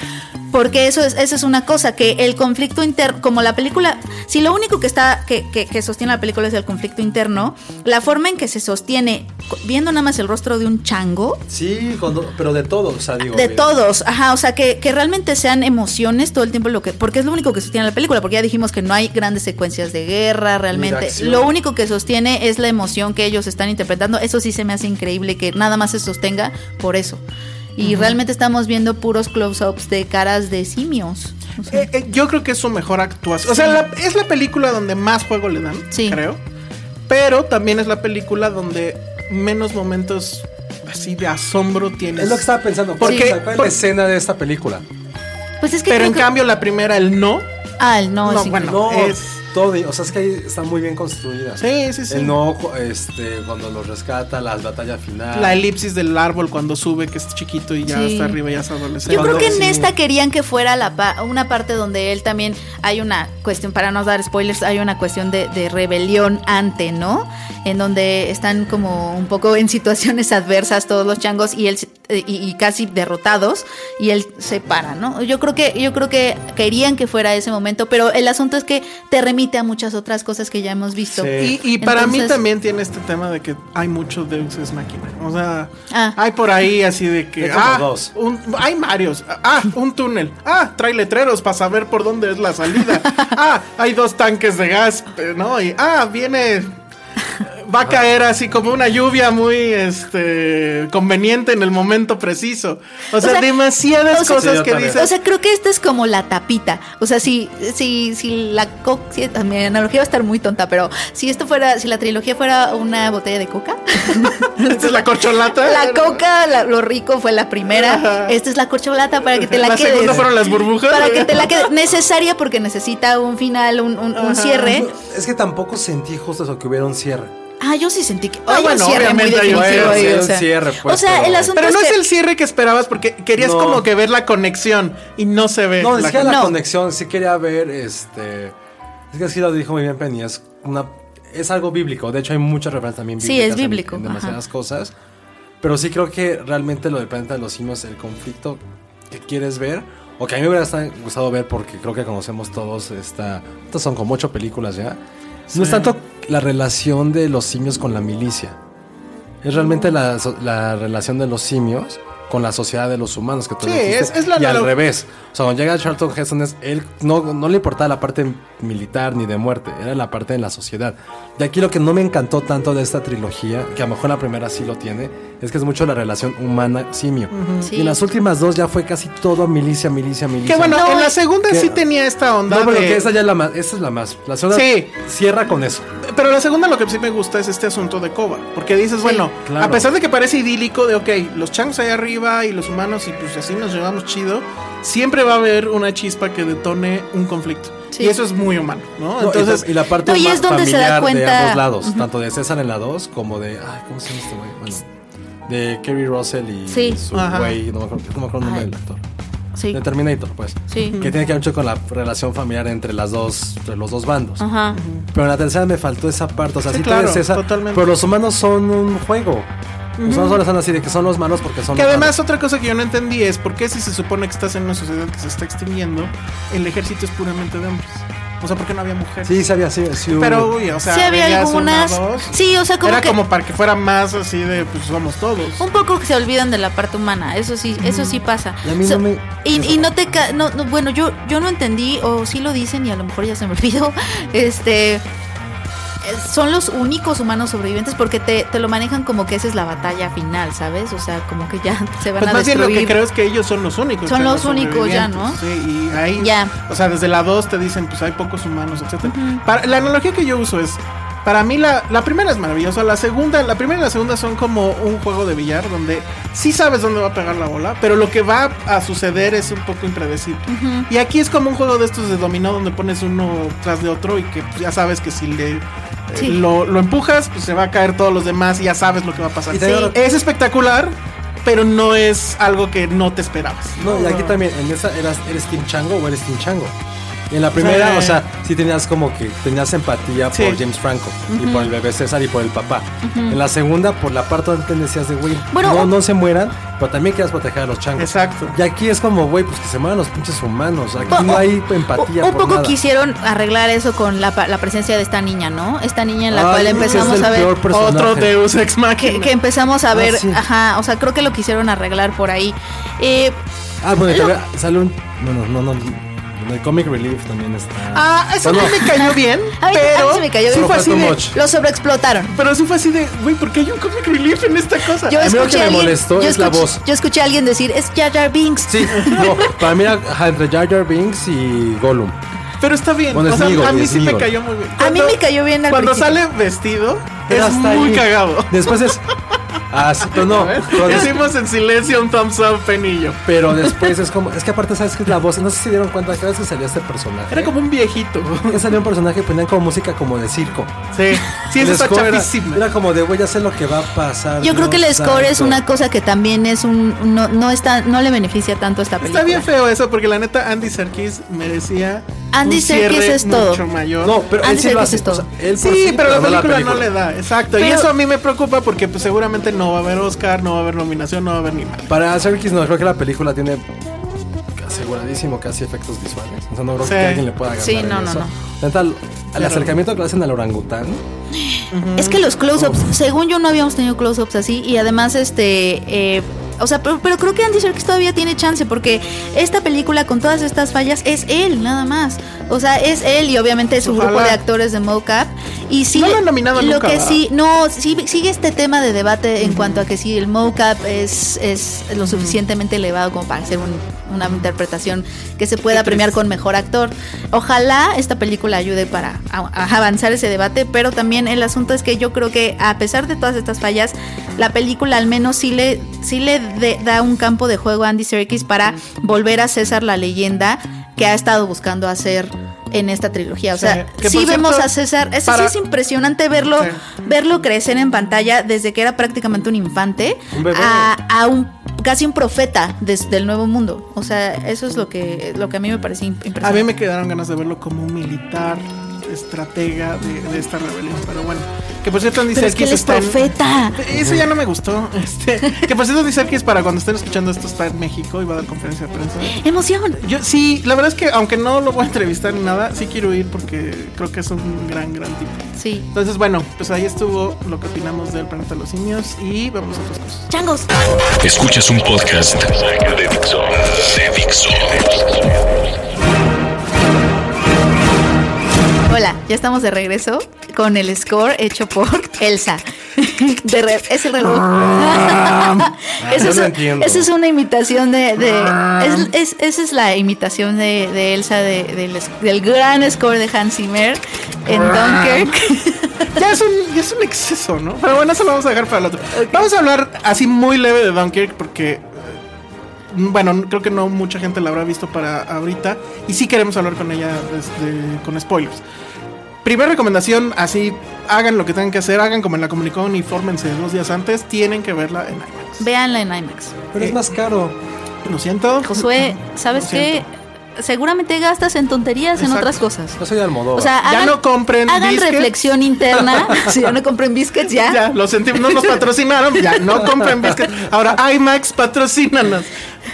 [SPEAKER 4] Porque eso es, esa es una cosa, que el conflicto interno, como la película, si lo único que está, que, que- que sostiene la película es el conflicto interno, la forma en que se sostiene, co- viendo nada más el rostro de un chango,
[SPEAKER 6] Sí, cuando- pero de todo, o sea, digo.
[SPEAKER 4] de
[SPEAKER 6] eh,
[SPEAKER 4] todos, ajá, o sea, que, que realmente sean emociones todo el tiempo, lo que porque es lo único que sostiene la película, porque ya dijimos que no hay grandes secuencias de guerra realmente.
[SPEAKER 6] acción.
[SPEAKER 4] lo único que sostiene es la emoción que ellos están interpretando. Eso sí se me hace increíble que nada más se sostenga por eso. Y realmente estamos viendo puros close-ups de caras de simios. O sea,
[SPEAKER 2] Eh, eh, yo creo que es su mejor actuación. O sea, la- es la película donde más juego le dan,
[SPEAKER 4] Sí.
[SPEAKER 2] creo. Pero también es la película donde menos momentos así de asombro tienes.
[SPEAKER 6] Es lo que estaba pensando. ¿cuál-
[SPEAKER 2] Porque-
[SPEAKER 6] o sea, ¿Cuál es la
[SPEAKER 2] por-
[SPEAKER 6] escena de esta película?
[SPEAKER 4] pues es que
[SPEAKER 2] Pero
[SPEAKER 4] creo
[SPEAKER 2] en
[SPEAKER 4] que-
[SPEAKER 2] cambio la primera, el no.
[SPEAKER 4] Ah, el no,
[SPEAKER 2] No,
[SPEAKER 4] es
[SPEAKER 2] bueno,
[SPEAKER 4] increíble.
[SPEAKER 6] No,
[SPEAKER 2] es-
[SPEAKER 6] todo. O sea, es que ahí está muy bien construida.
[SPEAKER 2] Sí, sí, sí.
[SPEAKER 6] El no, este, cuando los rescata, la batalla final.
[SPEAKER 2] La elipsis del árbol cuando sube, que es chiquito y ya
[SPEAKER 4] Sí.
[SPEAKER 2] está arriba, ya es adolescente.
[SPEAKER 4] Yo creo que en
[SPEAKER 6] Sí.
[SPEAKER 4] esta querían que fuera la pa- una parte donde él también hay una cuestión, para no dar spoilers, hay una cuestión de, de rebelión ante, ¿no? En donde están como un poco en situaciones adversas todos los changos y él se- eh, y, y casi derrotados y él se para, ¿no? Yo creo que yo creo que querían que fuera ese momento, pero el asunto es que te remite remite a muchas otras cosas que ya hemos visto.
[SPEAKER 6] Sí.
[SPEAKER 2] Y, y para mí
[SPEAKER 4] Entonces-
[SPEAKER 2] también tiene este tema de que hay muchos Deus Ex Machina. O sea,
[SPEAKER 4] Ah.
[SPEAKER 2] hay por ahí así de que.
[SPEAKER 6] Hay como
[SPEAKER 2] ah,
[SPEAKER 6] dos.
[SPEAKER 2] un- hay varios. Ah, un túnel. Ah, trae letreros para saber por dónde es la salida. ah, hay dos tanques de gas, eh, ¿no? Y ah, viene. Va a caer así como una lluvia muy este conveniente en el momento preciso. O sea,
[SPEAKER 4] sea,
[SPEAKER 2] demasiadas
[SPEAKER 4] o sea-
[SPEAKER 2] cosas
[SPEAKER 6] Sí, yo
[SPEAKER 2] que
[SPEAKER 6] también.
[SPEAKER 2] dices.
[SPEAKER 4] O sea, creo que esta es como la tapita. O sea, si, si, si la coca. mi analogía va a estar muy tonta, pero si esto fuera, si la trilogía fuera una botella de coca,
[SPEAKER 2] Esta es la corcholata.
[SPEAKER 4] la coca, la- lo rico fue la primera. Esta es la corcholata para que te la,
[SPEAKER 2] La
[SPEAKER 4] quedes.
[SPEAKER 2] segunda fueron las burbujas.
[SPEAKER 4] Para que te la quedes. Necesaria porque necesita un final, un, un- un cierre.
[SPEAKER 3] Es que tampoco sentí justo eso que hubiera un cierre.
[SPEAKER 4] Ah, yo sí sentí que.
[SPEAKER 2] Ah,
[SPEAKER 4] hay un
[SPEAKER 2] bueno,
[SPEAKER 4] cierre muy
[SPEAKER 2] obviamente hay un
[SPEAKER 4] definitivo
[SPEAKER 2] cierre,
[SPEAKER 4] ahí,
[SPEAKER 6] sí,
[SPEAKER 4] o
[SPEAKER 6] un
[SPEAKER 4] sea.
[SPEAKER 6] cierre, pues,
[SPEAKER 4] O sea,
[SPEAKER 6] pero-
[SPEAKER 4] el asunto
[SPEAKER 2] Pero no
[SPEAKER 4] es
[SPEAKER 2] es
[SPEAKER 4] que-
[SPEAKER 2] el cierre que esperabas porque querías
[SPEAKER 3] No.
[SPEAKER 2] como que ver la conexión y no se ve.
[SPEAKER 3] No,
[SPEAKER 2] la
[SPEAKER 3] es que la
[SPEAKER 4] No.
[SPEAKER 3] conexión sí quería ver, este... Es que así lo dijo muy bien Penny, es, una, es algo bíblico. De hecho, hay muchas referencias también
[SPEAKER 4] Sí,
[SPEAKER 3] bíblicas
[SPEAKER 4] es
[SPEAKER 3] en-
[SPEAKER 4] bíblico,
[SPEAKER 3] En,
[SPEAKER 4] ajá.
[SPEAKER 3] demasiadas cosas. Pero sí creo que realmente lo del planeta de los simios, el conflicto que quieres ver, o que a mí me hubiera estado- gustado ver porque creo que conocemos todos esta... Estas son como ocho películas ya. No es tanto la relación de los simios con la milicia. Es realmente la, so- la relación de los simios con la sociedad de los humanos que tú
[SPEAKER 2] Sí,
[SPEAKER 3] dijiste,
[SPEAKER 2] es- es la-
[SPEAKER 3] y al
[SPEAKER 2] la-
[SPEAKER 3] revés. O sea, cuando llega Charlton Heston, es- él no, no le importaba la parte militar ni de muerte, era la parte de la sociedad. Y aquí lo que no me encantó tanto de esta trilogía, que a lo mejor la primera sí lo tiene, es que es mucho la relación humana-simio.
[SPEAKER 4] Sí.
[SPEAKER 3] Y en las últimas dos ya fue casi todo milicia, milicia, milicia.
[SPEAKER 2] Que bueno,
[SPEAKER 4] No,
[SPEAKER 2] en la
[SPEAKER 4] es-
[SPEAKER 2] segunda
[SPEAKER 3] que-
[SPEAKER 2] sí tenía esta onda.
[SPEAKER 3] No, pero
[SPEAKER 2] de-
[SPEAKER 3] que esa ya es la más. Esa es la más. La segunda
[SPEAKER 2] Sí.
[SPEAKER 3] cierra con eso.
[SPEAKER 2] Pero la segunda lo que sí me gusta es este asunto de Coba. Porque dices, Pues bueno,
[SPEAKER 3] claro.
[SPEAKER 2] a pesar de que parece idílico de, ok, los changos ahí arriba y los humanos y pues así nos llevamos chido, siempre va a haber una chispa que detone un conflicto.
[SPEAKER 4] Sí.
[SPEAKER 2] Y eso es muy humano, ¿no?
[SPEAKER 3] No,
[SPEAKER 2] Entonces,
[SPEAKER 3] y, la parte
[SPEAKER 4] No, y
[SPEAKER 3] más
[SPEAKER 4] es donde se da
[SPEAKER 3] familiar de
[SPEAKER 4] cuenta-
[SPEAKER 3] ambos lados, tanto de César en la 2 como de ay, ¿cómo se llama este güey? Bueno, de Kerry Russell y
[SPEAKER 4] Sí.
[SPEAKER 3] su
[SPEAKER 2] Ajá.
[SPEAKER 3] güey, no me acuerdo, no me acuerdo el nombre del actor.
[SPEAKER 4] Sí.
[SPEAKER 3] De Terminator, pues.
[SPEAKER 4] Sí.
[SPEAKER 3] Que tiene que ver mucho con la relación familiar entre las dos, entre los dos bandos. Pero en la tercera me faltó esa parte, o sea,
[SPEAKER 2] Sí,
[SPEAKER 3] sí,
[SPEAKER 2] claro,
[SPEAKER 3] tienes esa,
[SPEAKER 2] totalmente.
[SPEAKER 3] pero los humanos son un juego. Los humanos solo están así de que son los malos porque son
[SPEAKER 2] Que
[SPEAKER 3] los
[SPEAKER 2] además
[SPEAKER 3] malos.
[SPEAKER 2] otra cosa que yo no entendí es por qué si se supone que estás en una sociedad que se está extinguiendo, el ejército es puramente de hombres. O sea, ¿por qué no había mujeres?
[SPEAKER 3] Sí, sí había sí, sí hubo-
[SPEAKER 2] Pero, uy, o sea,
[SPEAKER 4] sí había
[SPEAKER 2] veías una,
[SPEAKER 4] algunas.
[SPEAKER 2] dos.
[SPEAKER 4] Sí, o sea, como
[SPEAKER 2] Era
[SPEAKER 4] que
[SPEAKER 2] como para que fuera más así de, pues somos todos.
[SPEAKER 4] un poco que se olvidan de la parte humana. Eso sí, eso sí pasa.
[SPEAKER 3] Y a mí no me-
[SPEAKER 4] y, y no te ca- no, no, bueno, yo yo no entendí o sí lo dicen y a lo mejor ya se me olvidó. Este eh, son los únicos humanos sobrevivientes porque te, te lo manejan como que esa es la batalla final, ¿sabes? O sea, como que ya se van
[SPEAKER 2] Pues
[SPEAKER 4] a
[SPEAKER 2] más bien
[SPEAKER 4] destruir.
[SPEAKER 2] lo que creo es que ellos son los únicos.
[SPEAKER 4] Son
[SPEAKER 2] que
[SPEAKER 4] los únicos ya,
[SPEAKER 2] sobrevivientes,
[SPEAKER 4] ¿no?
[SPEAKER 2] Sí, y ahí.
[SPEAKER 4] Ya.
[SPEAKER 2] O sea, desde la 2 te dicen, pues hay pocos humanos, etc. para, la analogía que yo uso es. Para mí la, la primera es maravillosa, la segunda, la primera y la segunda son como un juego de billar donde sí sabes dónde va a pegar la bola, pero lo que va a suceder es un poco impredecible. Y aquí es como un juego de estos de dominó donde pones uno tras de otro y que pues, ya sabes que si le eh,
[SPEAKER 4] Sí.
[SPEAKER 2] lo, lo empujas, pues se va a caer todos los demás y ya sabes lo que va a pasar.
[SPEAKER 3] Y te digo-
[SPEAKER 2] Es espectacular, pero no es algo que no te esperabas.
[SPEAKER 3] No, y aquí también, en esa eras, eres Team Chango o eres Team Chango. Y en la primera,
[SPEAKER 2] Sí.
[SPEAKER 3] o sea, sí tenías como que tenías empatía
[SPEAKER 2] Sí.
[SPEAKER 3] por James Franco y por el bebé César y por el papá. En la segunda, por la parte donde decías de güey,
[SPEAKER 4] Bueno, o-
[SPEAKER 3] no, no se mueran, pero también quieras proteger a los changos.
[SPEAKER 2] Exacto.
[SPEAKER 3] Y aquí es como, güey, pues que se mueran los pinches humanos. Aquí
[SPEAKER 4] Po-
[SPEAKER 3] no hay
[SPEAKER 4] un-
[SPEAKER 3] empatía.
[SPEAKER 4] Un
[SPEAKER 3] por
[SPEAKER 4] poco
[SPEAKER 3] nada.
[SPEAKER 4] quisieron arreglar eso con la, pa- la presencia de esta niña, ¿no? Esta niña en la
[SPEAKER 3] Ay,
[SPEAKER 4] cual
[SPEAKER 3] es que
[SPEAKER 4] empezamos
[SPEAKER 3] es el
[SPEAKER 4] a ver.
[SPEAKER 3] peor personaje.
[SPEAKER 2] Otro Deus Ex
[SPEAKER 4] que,
[SPEAKER 2] Machina.
[SPEAKER 4] que empezamos a ver,
[SPEAKER 3] sí.
[SPEAKER 4] ajá, o sea, creo que lo quisieron arreglar por ahí. Eh,
[SPEAKER 3] Ah, bueno, y también sale un. Bueno, no, no. no, El Comic Relief también está.
[SPEAKER 2] Ah, eso
[SPEAKER 3] Bueno,
[SPEAKER 2] no me cayó bien,
[SPEAKER 4] a mí, a mí
[SPEAKER 2] pero
[SPEAKER 4] se me cayó
[SPEAKER 3] sí
[SPEAKER 4] bien.
[SPEAKER 3] fue así de-
[SPEAKER 4] Lo sobreexplotaron.
[SPEAKER 2] pero sí fue así de, güey, ¿por qué hay un comic relief en esta cosa?
[SPEAKER 4] Yo
[SPEAKER 3] mí lo que
[SPEAKER 4] escuché
[SPEAKER 3] me
[SPEAKER 4] a alguien,
[SPEAKER 3] molestó
[SPEAKER 4] yo
[SPEAKER 3] es la
[SPEAKER 4] escuché-
[SPEAKER 3] voz.
[SPEAKER 4] Yo escuché a alguien decir, es Jar Jar Binks.
[SPEAKER 3] Sí, no, para mí, ajá, entre Jar Jar Binks y Gollum.
[SPEAKER 2] Pero está bien,
[SPEAKER 3] Bueno,
[SPEAKER 2] o
[SPEAKER 3] es
[SPEAKER 2] sea,
[SPEAKER 3] Migol,
[SPEAKER 2] a mí
[SPEAKER 3] es
[SPEAKER 2] sí me
[SPEAKER 3] Migol.
[SPEAKER 2] cayó muy bien.
[SPEAKER 4] A mí me cayó bien al
[SPEAKER 2] Cuando
[SPEAKER 4] principio.
[SPEAKER 2] sale vestido,
[SPEAKER 3] Pero
[SPEAKER 2] es
[SPEAKER 3] hasta
[SPEAKER 2] muy
[SPEAKER 3] ahí.
[SPEAKER 2] cagado.
[SPEAKER 3] Después es. Ah, sí, pero no. Pero, des-
[SPEAKER 2] Hicimos en silencio un thumbs up, Penillo.
[SPEAKER 3] pero después es como. Es que aparte, ¿sabes que es la voz? No sé si dieron cuenta cada vez que salía este personaje.
[SPEAKER 2] Era como un viejito.
[SPEAKER 3] Que salía un personaje y ponían como música como de circo.
[SPEAKER 2] Sí, sí, eso
[SPEAKER 3] El
[SPEAKER 2] está
[SPEAKER 3] score era,
[SPEAKER 2] chafísima.
[SPEAKER 3] era como de voy a hacer lo que va a pasar.
[SPEAKER 4] Yo creo que el
[SPEAKER 3] Dios
[SPEAKER 4] score es
[SPEAKER 3] santo".
[SPEAKER 4] una cosa que también es un no no está no le beneficia tanto a esta película.
[SPEAKER 2] Está bien feo eso, porque la neta Andy Serkis merecía
[SPEAKER 4] Andy
[SPEAKER 2] un
[SPEAKER 4] Serkis
[SPEAKER 2] cierre
[SPEAKER 4] es todo.
[SPEAKER 2] mucho mayor.
[SPEAKER 3] No, pero él
[SPEAKER 4] Antes
[SPEAKER 3] sí
[SPEAKER 4] de
[SPEAKER 3] lo
[SPEAKER 4] que
[SPEAKER 3] hace.
[SPEAKER 4] hiciste
[SPEAKER 3] o sea,
[SPEAKER 4] todo.
[SPEAKER 3] él por
[SPEAKER 2] sí, pero la película, no le
[SPEAKER 3] película.
[SPEAKER 2] da, exacto. y
[SPEAKER 4] Pero-
[SPEAKER 2] eso a mí me preocupa porque pues, seguramente no va a haber Oscar, no va a haber nominación, no va a haber ni nada.
[SPEAKER 3] Para Serkis, no, creo que la película tiene. casi
[SPEAKER 8] aseguradísimo que hace efectos visuales. O sea, no creo
[SPEAKER 3] Sí.
[SPEAKER 8] que alguien le pueda ganar.
[SPEAKER 4] Sí, no,
[SPEAKER 8] en
[SPEAKER 4] no,
[SPEAKER 8] eso.
[SPEAKER 4] no.
[SPEAKER 8] Neta, el- el acercamiento que le hacen al orangután.
[SPEAKER 4] Es que los close-ups, según yo no habíamos tenido close-ups así y además este... eh, o sea, pero, pero creo que Andy Serkis todavía tiene chance porque esta película con todas estas fallas es él, nada más. O sea, es él y obviamente su
[SPEAKER 3] Ojalá.
[SPEAKER 4] grupo de actores de mocap. Y sí,
[SPEAKER 3] No lo han nominado
[SPEAKER 4] lo
[SPEAKER 3] nunca,
[SPEAKER 4] que
[SPEAKER 3] ¿verdad?
[SPEAKER 4] sí, no, sí, sigue este tema de debate en cuanto a que si el mocap es, es lo suficientemente elevado como para hacer un- una interpretación que se pueda premiar con mejor actor. Ojalá esta película ayude para a- a avanzar ese debate, pero también el asunto es que yo creo que a pesar de todas estas fallas, la película al menos sí le, sí le de- da un campo de juego a Andy Serkis para volver a César la leyenda que ha estado buscando hacer en esta trilogía. O
[SPEAKER 3] Sí,
[SPEAKER 4] sea,
[SPEAKER 3] que
[SPEAKER 4] sí
[SPEAKER 3] por
[SPEAKER 4] vemos
[SPEAKER 3] cierto,
[SPEAKER 4] a César, eso
[SPEAKER 3] para-
[SPEAKER 4] sí es impresionante verlo,
[SPEAKER 3] Sí.
[SPEAKER 4] verlo crecer en pantalla desde que era prácticamente un infante
[SPEAKER 8] Un bebé.
[SPEAKER 4] a, a un casi un profeta des- del nuevo mundo. O sea, eso es lo que, lo que a mí me parece imp-
[SPEAKER 3] A mí
[SPEAKER 4] impresionante.
[SPEAKER 3] me quedaron ganas de verlo como un militar estratega de, de esta rebelión, pero bueno. Que por cierto, Andy
[SPEAKER 4] Pero es que
[SPEAKER 3] Serkis
[SPEAKER 4] él es
[SPEAKER 3] está en-
[SPEAKER 4] profeta.
[SPEAKER 3] Eso ya no me gustó. Este, que por cierto, Andy Serkis para cuando estén escuchando esto está en México y va a dar conferencia de prensa.
[SPEAKER 4] Emoción.
[SPEAKER 3] Yo sí, la verdad es que aunque no lo voy a entrevistar ni nada, sí quiero ir porque creo que es un gran, gran tipo.
[SPEAKER 4] Sí.
[SPEAKER 3] Entonces, bueno, pues ahí estuvo lo que opinamos del planeta de los simios y vamos a otras cosas.
[SPEAKER 4] Changos.
[SPEAKER 2] Escuchas un podcast de Dixo. De Dixo.
[SPEAKER 4] Hola, ya estamos de regreso con el score hecho por Elsa. De re- es el reloj. Esa
[SPEAKER 8] Yo
[SPEAKER 4] es,
[SPEAKER 8] lo entiendo.
[SPEAKER 4] esa es una imitación de. de- es- es- esa es la imitación de, de Elsa de- del, es- del gran score de Hans Zimmer en Dunkirk.
[SPEAKER 3] Ya es, un, ya es un exceso, ¿no? Pero bueno, eso lo vamos a dejar para el otro. Vamos a hablar así muy leve de Dunkirk porque, eh, bueno, n- creo que no mucha gente la habrá visto para ahorita y sí queremos hablar con ella desde- con spoilers. Primera recomendación, así hagan lo que tengan que hacer, hagan como en la comunicó, infórmense dos días antes, tienen que verla en IMAX. Eh,
[SPEAKER 4] Véanla en IMAX.
[SPEAKER 8] Pero es más caro.
[SPEAKER 3] Lo siento.
[SPEAKER 4] Josué, ¿sabes
[SPEAKER 3] Lo
[SPEAKER 4] qué?
[SPEAKER 3] siento.
[SPEAKER 4] Seguramente gastas en tonterías, en
[SPEAKER 3] Exacto.
[SPEAKER 4] otras cosas.
[SPEAKER 8] Yo soy de Almodóvar.
[SPEAKER 4] O sea,
[SPEAKER 3] Ya
[SPEAKER 4] hagan,
[SPEAKER 3] no compren
[SPEAKER 4] hagan
[SPEAKER 3] biscuits.
[SPEAKER 4] reflexión interna. si ya no compren biscuits, ya.
[SPEAKER 3] Ya, lo sentimos, no nos patrocinaron, ya, no compren biscuits. Ahora IMAX, patrocínanos.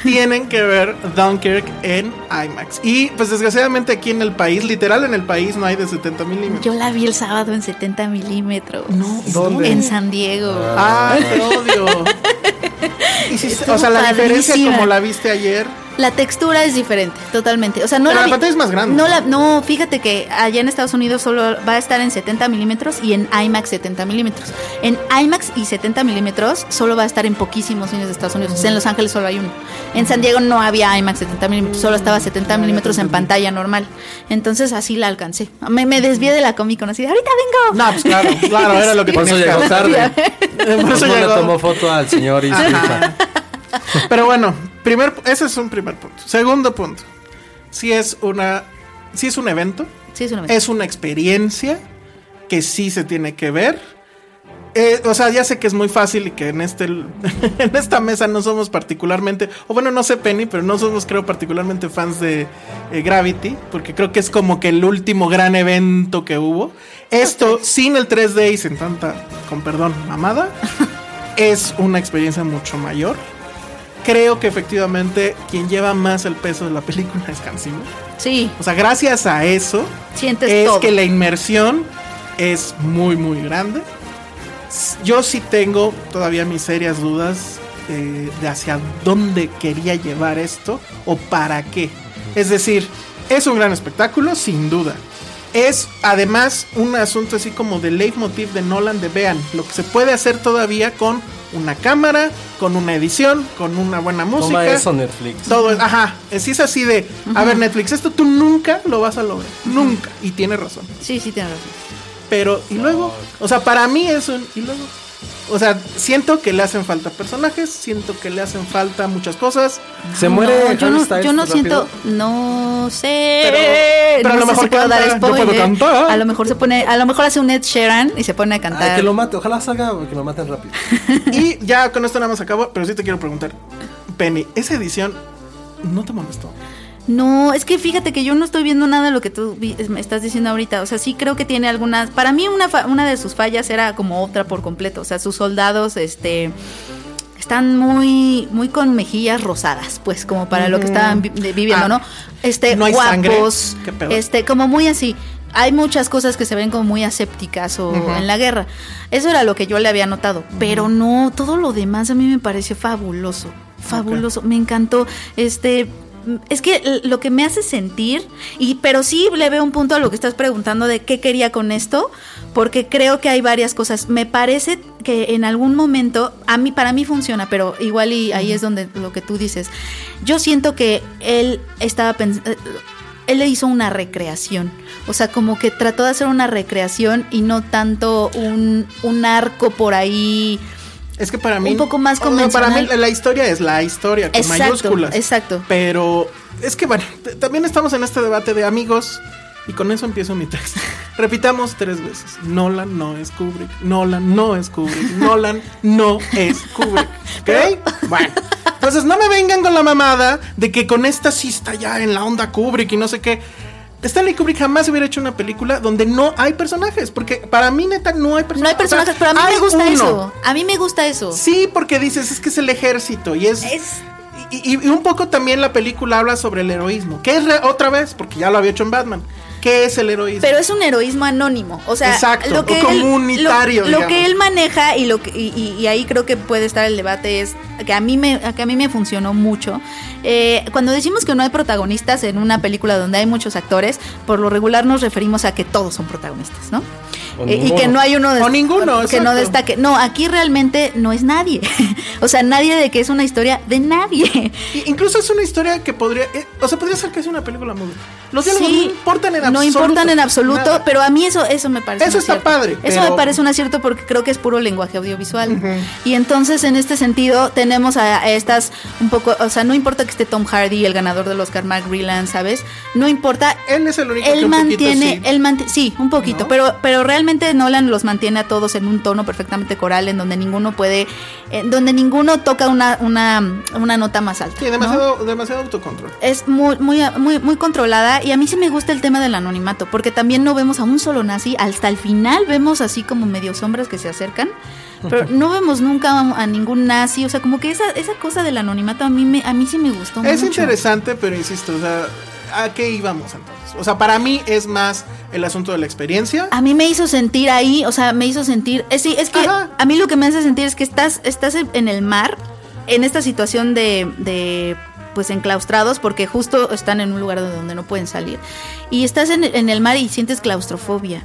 [SPEAKER 3] Tienen que ver Dunkirk en IMAX. Y pues desgraciadamente aquí en el país, literal en el país, no hay de 70 milímetros.
[SPEAKER 4] Yo la vi el sábado en 70 milímetros. No,
[SPEAKER 8] ¿dónde?
[SPEAKER 4] En San Diego.
[SPEAKER 3] ¡Ay, te odio! Hiciste- o sea, la
[SPEAKER 4] Estuvo
[SPEAKER 3] diferencia
[SPEAKER 4] padrísima.
[SPEAKER 3] como la viste ayer.
[SPEAKER 4] La textura es diferente, totalmente. O sea, no
[SPEAKER 3] Pero la
[SPEAKER 4] vi-
[SPEAKER 3] pantalla es más grande.
[SPEAKER 4] No, la- no, fíjate que allá en Estados Unidos solo va a estar en 70 milímetros y en IMAX 70 milímetros. En IMAX y 70 milímetros solo va a estar en poquísimos cines de Estados Unidos. O sea, en Los Ángeles solo hay uno. En San Diego no había IMAX 70 milímetros, solo estaba 70 milímetros en pantalla normal. Entonces así la alcancé. Me, me desvié de la Comic Con así, de, ahorita vengo.
[SPEAKER 3] No, pues claro, claro, era lo que
[SPEAKER 8] Por eso
[SPEAKER 3] tenía que
[SPEAKER 8] llegó
[SPEAKER 3] hacer.
[SPEAKER 8] tarde.
[SPEAKER 3] Por eso
[SPEAKER 8] no le
[SPEAKER 3] llegó.
[SPEAKER 8] tomó foto al señor y
[SPEAKER 3] Ajá. Pero bueno, primer, ese es un primer punto. Segundo punto. Si es una. Si es un evento.
[SPEAKER 4] Sí, es una vez.
[SPEAKER 3] Es una experiencia que sí se tiene que ver. Eh, o sea, ya sé que es muy fácil y que en este en esta mesa no somos particularmente, o bueno, no sé Penny, pero no somos creo particularmente fans de eh, Gravity, porque creo que es como que el último gran evento que hubo. Esto sin el 3D y sin tanta, con perdón, mamada, es una experiencia mucho mayor. Creo que efectivamente quien lleva más el peso de la película es Hans Zimmer.
[SPEAKER 4] Sí,
[SPEAKER 3] O sea, gracias a eso
[SPEAKER 4] sientes
[SPEAKER 3] es
[SPEAKER 4] todo.
[SPEAKER 3] que la inmersión es muy, muy grande. S- Yo sí tengo todavía mis serias dudas eh, de hacia dónde quería llevar esto o para qué. Es decir, es un gran espectáculo, sin duda. Es además un asunto así como de leitmotiv de Nolan de vean lo que se puede hacer todavía con una cámara, con una edición, con una buena música.
[SPEAKER 8] Toma eso, Netflix.
[SPEAKER 3] Todo es, ajá, si es así de, a ver Netflix, esto tú nunca lo vas a lograr, nunca, y tiene razón.
[SPEAKER 4] Sí, sí, tienes razón.
[SPEAKER 3] Pero, y luego, o sea, para mí es un, y luego, o sea, siento que le hacen falta personajes, siento que le hacen falta muchas cosas,
[SPEAKER 8] Se
[SPEAKER 4] No,
[SPEAKER 8] muere.
[SPEAKER 4] yo
[SPEAKER 8] Harry
[SPEAKER 4] no,
[SPEAKER 8] Styles
[SPEAKER 4] yo no
[SPEAKER 8] rápido.
[SPEAKER 4] siento, no sé.
[SPEAKER 3] este Pero- pero a
[SPEAKER 4] no
[SPEAKER 3] lo
[SPEAKER 4] sé
[SPEAKER 3] mejor
[SPEAKER 4] si puedo
[SPEAKER 3] canta,
[SPEAKER 4] dar
[SPEAKER 3] yo puedo
[SPEAKER 4] spoiler.
[SPEAKER 3] cantar.
[SPEAKER 4] A lo mejor se pone, a lo mejor hace un Ed Sheeran y se pone a cantar.
[SPEAKER 8] Ay, que lo mate. Ojalá salga que lo maten rápido.
[SPEAKER 3] y ya con esto nada más acabo, pero sí te quiero preguntar, Penny, esa edición no te molestó.
[SPEAKER 4] No, es que fíjate que yo no estoy viendo nada de lo que tú vi- es- me estás diciendo ahorita. O sea, sí creo que tiene algunas. Para mí, una, fa- una de sus fallas era como otra por completo. O sea, sus soldados, este. están muy, muy con mejillas rosadas, pues, como para lo que estaban vi- de- viviendo,
[SPEAKER 3] Ah.
[SPEAKER 4] ¿no? Este,
[SPEAKER 3] No hay sangre.
[SPEAKER 4] guapos,
[SPEAKER 3] ¿Qué pedo?
[SPEAKER 4] este, como muy así. Hay muchas cosas que se ven como muy asépticas o en la guerra. Eso era lo que yo le había notado. Pero no, todo lo demás a mí me pareció fabuloso. Fabuloso. Me encantó. Este. mm, Es que l- lo que me hace sentir, y pero sí le veo un punto a lo que estás preguntando de qué quería con esto, porque creo que hay varias cosas. Me parece que en algún momento, a mí, para mí funciona, pero igual y ahí es donde lo que tú dices. Yo siento que él estaba pensando él le hizo una recreación. O sea, como que trató de hacer una recreación y no tanto un, un arco por ahí.
[SPEAKER 3] Es que para mí.
[SPEAKER 4] Un poco más
[SPEAKER 3] o sea, Para mí
[SPEAKER 4] convencional.
[SPEAKER 3] la historia es la historia, con
[SPEAKER 4] Exacto,
[SPEAKER 3] mayúsculas.
[SPEAKER 4] exacto.
[SPEAKER 3] Pero es que, bueno, t- también estamos en este debate de amigos. Y con eso empiezo mi texto. Repitamos tres veces. Nolan no es Kubrick. Nolan no es Kubrick. Nolan no es Kubrick. ¿Ok? Bueno. Entonces no me vengan con la mamada de que con esta sí está ya en la onda Kubrick y no sé qué. Stanley Kubrick jamás hubiera hecho una película donde no hay personajes. Porque para mí, neta, no hay personajes.
[SPEAKER 4] No hay personajes,
[SPEAKER 3] O sea,
[SPEAKER 4] pero a mí
[SPEAKER 3] hay
[SPEAKER 4] me gusta
[SPEAKER 3] Ah, uno.
[SPEAKER 4] eso. A mí me gusta eso.
[SPEAKER 3] Sí, porque dices, es que es el ejército y es...
[SPEAKER 4] Es-
[SPEAKER 3] Y, y- y un poco también la película habla sobre el heroísmo, que es re- otra vez, porque ya lo había hecho en Batman. ¿Qué es el heroísmo?
[SPEAKER 4] Pero es un heroísmo anónimo. O sea,
[SPEAKER 3] Exacto,
[SPEAKER 4] lo que
[SPEAKER 3] o comunitario,
[SPEAKER 4] Él, lo- lo, que
[SPEAKER 3] digamos.
[SPEAKER 4] él maneja y lo que, y, y- y ahí creo que puede estar el debate es que a mí me, que a mí me funcionó mucho. Eh, cuando decimos que no hay protagonistas en una película donde hay muchos actores, por lo regular nos referimos a que todos son protagonistas, ¿no? Eh, y que no hay uno de
[SPEAKER 3] O ninguno,
[SPEAKER 4] que no
[SPEAKER 3] exacto.
[SPEAKER 4] destaque. No, aquí realmente no es nadie. o sea, nadie de que es una historia de nadie.
[SPEAKER 3] I- incluso es una historia que podría... eh, o sea, podría ser que es una película muda. Los diálogos
[SPEAKER 4] Sí,
[SPEAKER 3] no importan en absoluto.
[SPEAKER 4] No importan en absoluto,
[SPEAKER 3] Nada.
[SPEAKER 4] pero a mí eso, eso me parece.
[SPEAKER 3] Eso
[SPEAKER 4] un
[SPEAKER 3] está
[SPEAKER 4] acierto.
[SPEAKER 3] padre,
[SPEAKER 4] Eso
[SPEAKER 3] pero-
[SPEAKER 4] me parece un acierto porque creo que es puro lenguaje audiovisual. Y entonces, en este sentido, tenemos a, a estas un poco. O sea, no importa que esté Tom Hardy, el ganador del Oscar, Mark Breland, ¿sabes? No importa.
[SPEAKER 3] Él es el único que
[SPEAKER 4] Él
[SPEAKER 3] un poquito
[SPEAKER 4] mantiene,
[SPEAKER 3] sí.
[SPEAKER 4] él manti- sí, un poquito,
[SPEAKER 3] ¿No?
[SPEAKER 4] pero, pero realmente Nolan los mantiene a todos en un tono perfectamente coral, en donde ninguno puede, en donde ninguno toca una, una, una nota más alta.
[SPEAKER 3] Sí,
[SPEAKER 4] ¿no?
[SPEAKER 3] demasiado, demasiado autocontrol.
[SPEAKER 4] es muy, muy, muy, muy controlada y a mí sí me gusta el tema del anonimato, porque también no vemos a un solo nazi, hasta el final vemos así como medio sombras que se acercan, pero no vemos nunca a, a ningún nazi, o sea, como que esa, esa cosa del anonimato a mí, me, a mí sí me gustó
[SPEAKER 3] Es
[SPEAKER 4] mucho.
[SPEAKER 3] interesante, pero insisto, o sea, ¿a qué íbamos entonces? O sea, para mí es más el asunto de la experiencia.
[SPEAKER 4] A mí me hizo sentir ahí, o sea, me hizo sentir. Es, sí, es que
[SPEAKER 3] Ajá.
[SPEAKER 4] a mí lo que me hace sentir es que estás, estás en- en el mar, en esta situación de, de, pues enclaustrados, porque justo están en un lugar de donde no pueden salir. Y estás en, en el mar y sientes claustrofobia.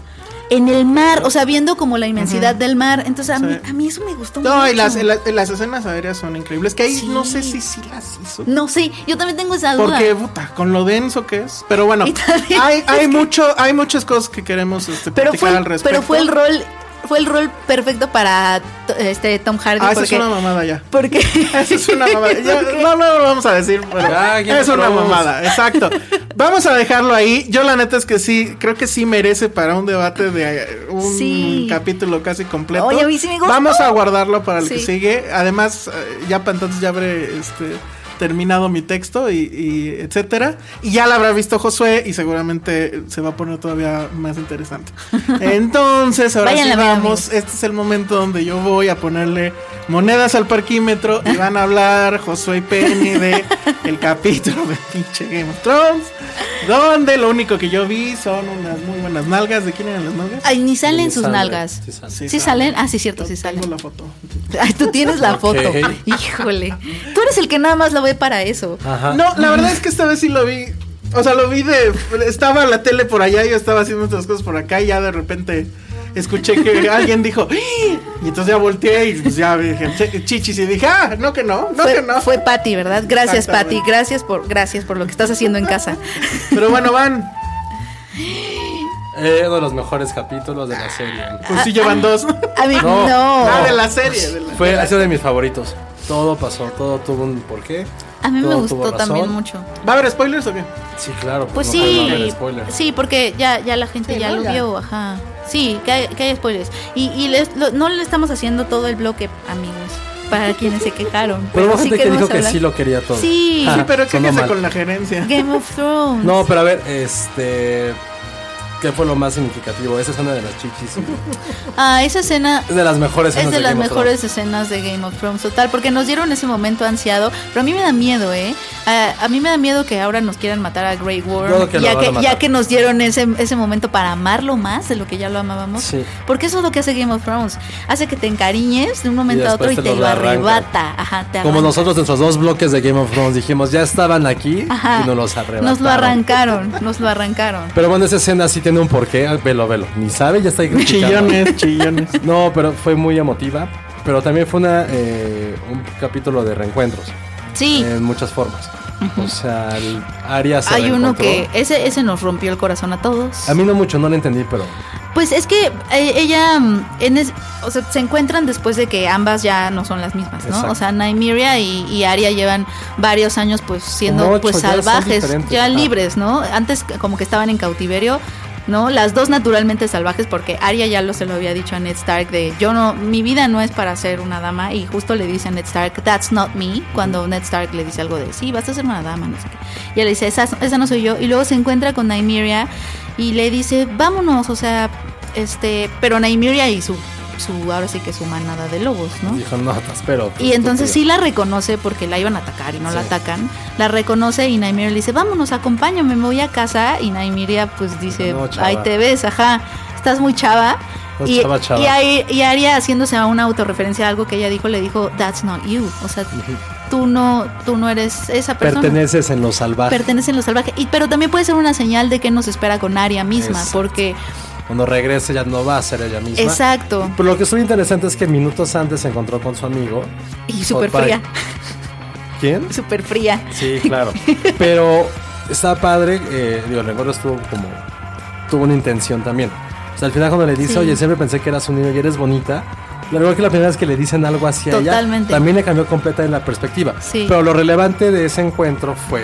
[SPEAKER 4] En el mar, o sea, viendo como la inmensidad del mar. Entonces, a, mí, a mí eso me gustó mucho.
[SPEAKER 3] No, y las, la- las escenas aéreas son increíbles. Que ahí
[SPEAKER 4] Sí.
[SPEAKER 3] no sé si sí las hizo.
[SPEAKER 4] No, sí, yo también tengo esa duda.
[SPEAKER 3] Porque, puta, con lo denso que es. Pero bueno,
[SPEAKER 4] Y también
[SPEAKER 3] hay,
[SPEAKER 4] es
[SPEAKER 3] hay
[SPEAKER 4] que-
[SPEAKER 3] mucho, hay muchas cosas que queremos este,
[SPEAKER 4] pero
[SPEAKER 3] platicar
[SPEAKER 4] fue,
[SPEAKER 3] al respecto.
[SPEAKER 4] pero fue el rol. Fue el rol perfecto para to- este Tom Hardy.
[SPEAKER 3] Ah, esa es
[SPEAKER 4] porque,
[SPEAKER 3] una mamada ya.
[SPEAKER 4] porque
[SPEAKER 3] Esa es una mamada. Ya,
[SPEAKER 4] Porque-
[SPEAKER 3] No, no lo vamos a decir. pero
[SPEAKER 9] Ya, Game
[SPEAKER 3] es
[SPEAKER 9] of
[SPEAKER 3] una
[SPEAKER 9] Thrones.
[SPEAKER 3] mamada, exacto. Vamos a dejarlo ahí. Yo la neta es que sí, creo que sí merece para un debate de eh, un
[SPEAKER 4] Sí.
[SPEAKER 3] capítulo casi completo.
[SPEAKER 4] Oye, a mí sí me gustó.
[SPEAKER 3] Vamos a guardarlo para el que
[SPEAKER 4] Sí.
[SPEAKER 3] sigue. Además, eh, ya para entonces ya habré este, terminado mi texto y, y etcétera. Y ya la habrá visto Josué y seguramente se va a poner todavía más interesante. Entonces, ahora
[SPEAKER 4] Vayan
[SPEAKER 3] sí
[SPEAKER 4] a ver,
[SPEAKER 3] vamos.
[SPEAKER 4] amigos.
[SPEAKER 3] Este es el momento donde yo voy a ponerle monedas al parquímetro y van a hablar Josué y Penny de el capítulo de pinche Game of Thrones, donde lo único que yo vi son unas muy buenas nalgas. ¿De quién eran las nalgas?
[SPEAKER 4] Ay, ni salen
[SPEAKER 9] Ni
[SPEAKER 4] sus
[SPEAKER 9] sale,
[SPEAKER 4] nalgas.
[SPEAKER 9] sí sale.
[SPEAKER 4] Sí, salen. Ah, sí, cierto, sí
[SPEAKER 3] Tengo
[SPEAKER 4] salen.
[SPEAKER 3] la foto.
[SPEAKER 4] Ay, tú tienes la
[SPEAKER 9] Ok.
[SPEAKER 4] foto. Híjole. Tú eres el que nada más lo ve para eso.
[SPEAKER 9] Ajá.
[SPEAKER 3] No, la verdad es que esta vez sí lo vi. O sea, lo vi de. Estaba la tele por allá, yo estaba haciendo otras cosas por acá y ya de repente escuché que alguien dijo. "¡Ah!", Y entonces ya volteé y pues ya dije "Ch- chichis y dije, ah, no que no, no que
[SPEAKER 4] Fue,
[SPEAKER 3] no.
[SPEAKER 4] fue Patty, ¿verdad? Gracias, Patty.
[SPEAKER 3] Exactamente.
[SPEAKER 4] Gracias por, gracias por lo que estás haciendo en casa.
[SPEAKER 3] Pero bueno, van.
[SPEAKER 9] Eh, uno de los mejores capítulos de la serie.
[SPEAKER 3] Pues sí llevan dos.
[SPEAKER 4] A mí, no.
[SPEAKER 9] No.
[SPEAKER 3] Ah, de la serie. de la-
[SPEAKER 9] Fue, ha sido de mis favoritos. Todo pasó, todo tuvo un porqué.
[SPEAKER 4] A mí me
[SPEAKER 9] todo tuvo
[SPEAKER 4] gustó
[SPEAKER 9] razón.
[SPEAKER 4] también mucho.
[SPEAKER 3] ¿Va a haber spoilers o qué?
[SPEAKER 9] Sí, claro.
[SPEAKER 4] Pues
[SPEAKER 9] no puedo
[SPEAKER 4] sí,
[SPEAKER 9] haber spoiler.
[SPEAKER 4] sí, porque ya, ya la gente
[SPEAKER 3] Sí,
[SPEAKER 4] ya
[SPEAKER 3] ¿no?
[SPEAKER 4] lo
[SPEAKER 3] Ya.
[SPEAKER 4] vio, ajá. Sí, que hay, que hay spoilers. Y, y les- lo- no le estamos haciendo todo el bloque, amigos, para quienes se quejaron.
[SPEAKER 9] Pero hubo
[SPEAKER 4] sí
[SPEAKER 9] gente que dijo
[SPEAKER 4] queremos
[SPEAKER 9] que
[SPEAKER 4] hablar.
[SPEAKER 9] sí lo quería todo.
[SPEAKER 4] Sí.
[SPEAKER 9] Ah,
[SPEAKER 3] Sí, pero
[SPEAKER 9] sonó
[SPEAKER 3] quéjese
[SPEAKER 9] mal.
[SPEAKER 3] con la gerencia.
[SPEAKER 4] Game of Thrones.
[SPEAKER 9] No, pero a ver, este.
[SPEAKER 3] ¿Qué fue lo más significativo? Esa escena de las chichis.
[SPEAKER 4] Ah, esa escena
[SPEAKER 3] Es de las mejores
[SPEAKER 4] es
[SPEAKER 3] escenas
[SPEAKER 4] de las
[SPEAKER 3] Game of Thrones.
[SPEAKER 4] mejores escenas de Game of Thrones, total, porque nos dieron ese momento ansiado, pero a mí me da miedo, ¿eh? A, a mí me da miedo que ahora nos quieran matar a Grey Worm,
[SPEAKER 3] Yo creo que lo
[SPEAKER 4] ya,
[SPEAKER 3] van a
[SPEAKER 4] que,
[SPEAKER 3] matar.
[SPEAKER 4] ya que nos dieron ese, ese momento para amarlo más de lo que ya lo amábamos.
[SPEAKER 3] Sí.
[SPEAKER 4] Porque eso es lo que hace Game of Thrones, hace que te encariñes de un
[SPEAKER 3] Y
[SPEAKER 4] momento a otro
[SPEAKER 3] después te
[SPEAKER 4] y te,
[SPEAKER 3] lo
[SPEAKER 4] lo
[SPEAKER 3] arranca.
[SPEAKER 4] arrebata. Ajá, te
[SPEAKER 3] Como
[SPEAKER 4] arranca.
[SPEAKER 3] nosotros, nuestros dos bloques de Game of Thrones, dijimos, ya estaban aquí
[SPEAKER 4] Ajá.
[SPEAKER 3] y nos los arrebataron.
[SPEAKER 4] Nos lo arrancaron, nos lo arrancaron.
[SPEAKER 3] Pero bueno, esa escena sí tiene un porqué. Ah, Velo, velo. Ni sabe, ya está ahí criticando.
[SPEAKER 2] Chillones, chillones.
[SPEAKER 3] No, pero fue muy emotiva. Pero también fue una, eh, un capítulo de reencuentros.
[SPEAKER 4] Sí.
[SPEAKER 3] En muchas formas. O sea, el Aria Eh, se
[SPEAKER 4] Hay uno
[SPEAKER 3] reencontró.
[SPEAKER 4] que ese ese nos rompió el corazón a todos.
[SPEAKER 3] A mí no mucho, no lo entendí, pero...
[SPEAKER 4] Pues es que eh, ella, mm, en es- o sea, se encuentran después de que ambas ya no son las mismas, ¿no?
[SPEAKER 3] Exacto.
[SPEAKER 4] O sea, Nymeria y, y Aria llevan varios años pues siendo
[SPEAKER 3] Como ocho,
[SPEAKER 4] pues
[SPEAKER 3] ya son
[SPEAKER 4] salvajes,
[SPEAKER 3] diferentes,
[SPEAKER 4] ya
[SPEAKER 3] ajá.
[SPEAKER 4] libres, ¿no? Antes c- como que estaban en cautiverio, ¿no? Las dos naturalmente salvajes porque Aria ya lo se lo había dicho a Ned Stark de yo no, mi vida no es para ser una dama y justo le dice a Ned Stark, that's not me, cuando Ned Stark le dice algo de sí, vas a ser una dama, no sé qué. Y ella le dice, esa, esa no soy yo. Y luego se encuentra con Nymeria y le dice, vámonos, o sea, este, pero Nymeria y su, su, ahora sí que su manada de lobos, ¿no?
[SPEAKER 3] Dijo, no, te espero.
[SPEAKER 4] Y entonces sí
[SPEAKER 3] estúpido".
[SPEAKER 4] la reconoce porque la iban a atacar y no la atacan. La reconoce y Naimiria le dice, vámonos, acompáñame, me voy a casa. Y Naimiria pues dice,
[SPEAKER 3] No, chava.
[SPEAKER 4] ahí te ves, ajá, estás muy chava.
[SPEAKER 3] Estás
[SPEAKER 4] Y,
[SPEAKER 3] chava, chava.
[SPEAKER 4] y ahí- y Aria haciéndose a una autorreferencia a algo que ella dijo, le dijo, that's not you. O sea, tú no, tú no eres esa persona.
[SPEAKER 3] Perteneces en los salvajes.
[SPEAKER 4] Pertenecen los salvajes. Y, pero también puede ser una señal de que nos espera con Aria misma,
[SPEAKER 3] Exacto.
[SPEAKER 4] porque...
[SPEAKER 3] Cuando regrese ya no va a ser ella misma.
[SPEAKER 4] Exacto.
[SPEAKER 3] Pero lo que estuvo interesante es que minutos antes se encontró con su amigo.
[SPEAKER 4] Y súper
[SPEAKER 3] Hot
[SPEAKER 4] fría,
[SPEAKER 3] Pie. ¿Quién?
[SPEAKER 4] súper fría.
[SPEAKER 3] Sí, claro. Pero está padre, eh, digo, el recuerdo estuvo como. tuvo una intención también. O sea, al final, cuando le dice,
[SPEAKER 4] Sí.
[SPEAKER 3] oye, siempre pensé que eras un niño y eres bonita. La verdad que la primera vez que le dicen algo así a ella,
[SPEAKER 4] Totalmente.
[SPEAKER 3] también le cambió completamente la perspectiva.
[SPEAKER 4] Sí.
[SPEAKER 3] Pero lo relevante de ese encuentro fue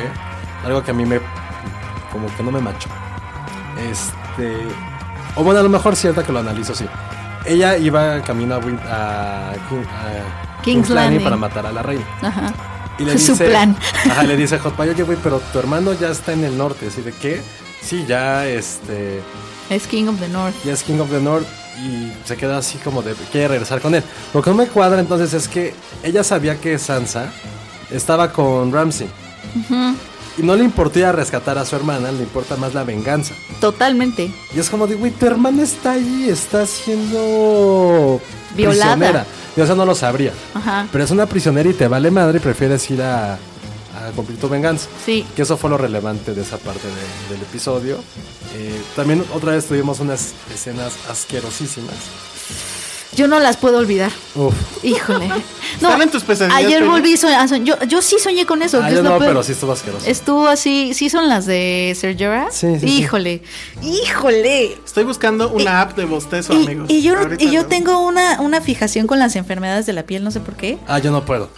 [SPEAKER 3] algo que a mí me. como que no me macho. Este. O bueno, a lo mejor cierta que lo analizo, sí. Ella iba camino a, Win- a King- a
[SPEAKER 4] King's Landing.
[SPEAKER 3] para matar a la reina.
[SPEAKER 4] Ajá.
[SPEAKER 3] Y le
[SPEAKER 4] Su
[SPEAKER 3] dice,
[SPEAKER 4] plan.
[SPEAKER 3] Ajá, le dice a Hot Pie, oye, güey, pero tu hermano ya está en el norte. Así de qué? Sí, ya, este,
[SPEAKER 4] Es King of the North.
[SPEAKER 3] ya es King of the North. Y se queda así como de, quiere regresar con él. Lo que no me cuadra entonces es que ella sabía que Sansa estaba con Ramsey. Y no le importó ir a rescatar a su hermana, le importa más la venganza.
[SPEAKER 4] Totalmente.
[SPEAKER 3] Y es como de, güey, tu hermana está ahí, está siendo...
[SPEAKER 4] Violada. Ah.
[SPEAKER 3] prisionera". Y eso no lo sabría.
[SPEAKER 4] Ajá.
[SPEAKER 3] Pero es una prisionera y te vale madre y prefieres ir a, a cumplir tu venganza.
[SPEAKER 4] Sí.
[SPEAKER 3] Que eso fue lo relevante de esa parte de- del episodio. Eh, también otra vez tuvimos unas escenas asquerosísimas.
[SPEAKER 4] Yo no las puedo olvidar.
[SPEAKER 3] Uf.
[SPEAKER 4] Híjole.
[SPEAKER 2] Están en tus pesadillas,
[SPEAKER 4] Ayer
[SPEAKER 2] Penny.
[SPEAKER 4] volví so- a soñar. Yo, yo sí soñé con eso.
[SPEAKER 3] Ah,
[SPEAKER 4] que
[SPEAKER 3] yo
[SPEAKER 4] es lo
[SPEAKER 3] no,
[SPEAKER 4] peor.
[SPEAKER 3] pero sí estuvo asqueroso.
[SPEAKER 4] Estuvo así. ¿Sí son las de Ser Jorah?
[SPEAKER 3] Sí, sí, sí.
[SPEAKER 4] Híjole. Híjole.
[SPEAKER 2] Estoy buscando una app de bostezo,
[SPEAKER 4] Y,
[SPEAKER 2] amigos.
[SPEAKER 4] y yo,
[SPEAKER 2] Ahorita
[SPEAKER 4] y yo
[SPEAKER 2] lo-
[SPEAKER 4] tengo una, una fijación con las enfermedades de la piel, no sé por qué.
[SPEAKER 3] Ah, yo no puedo.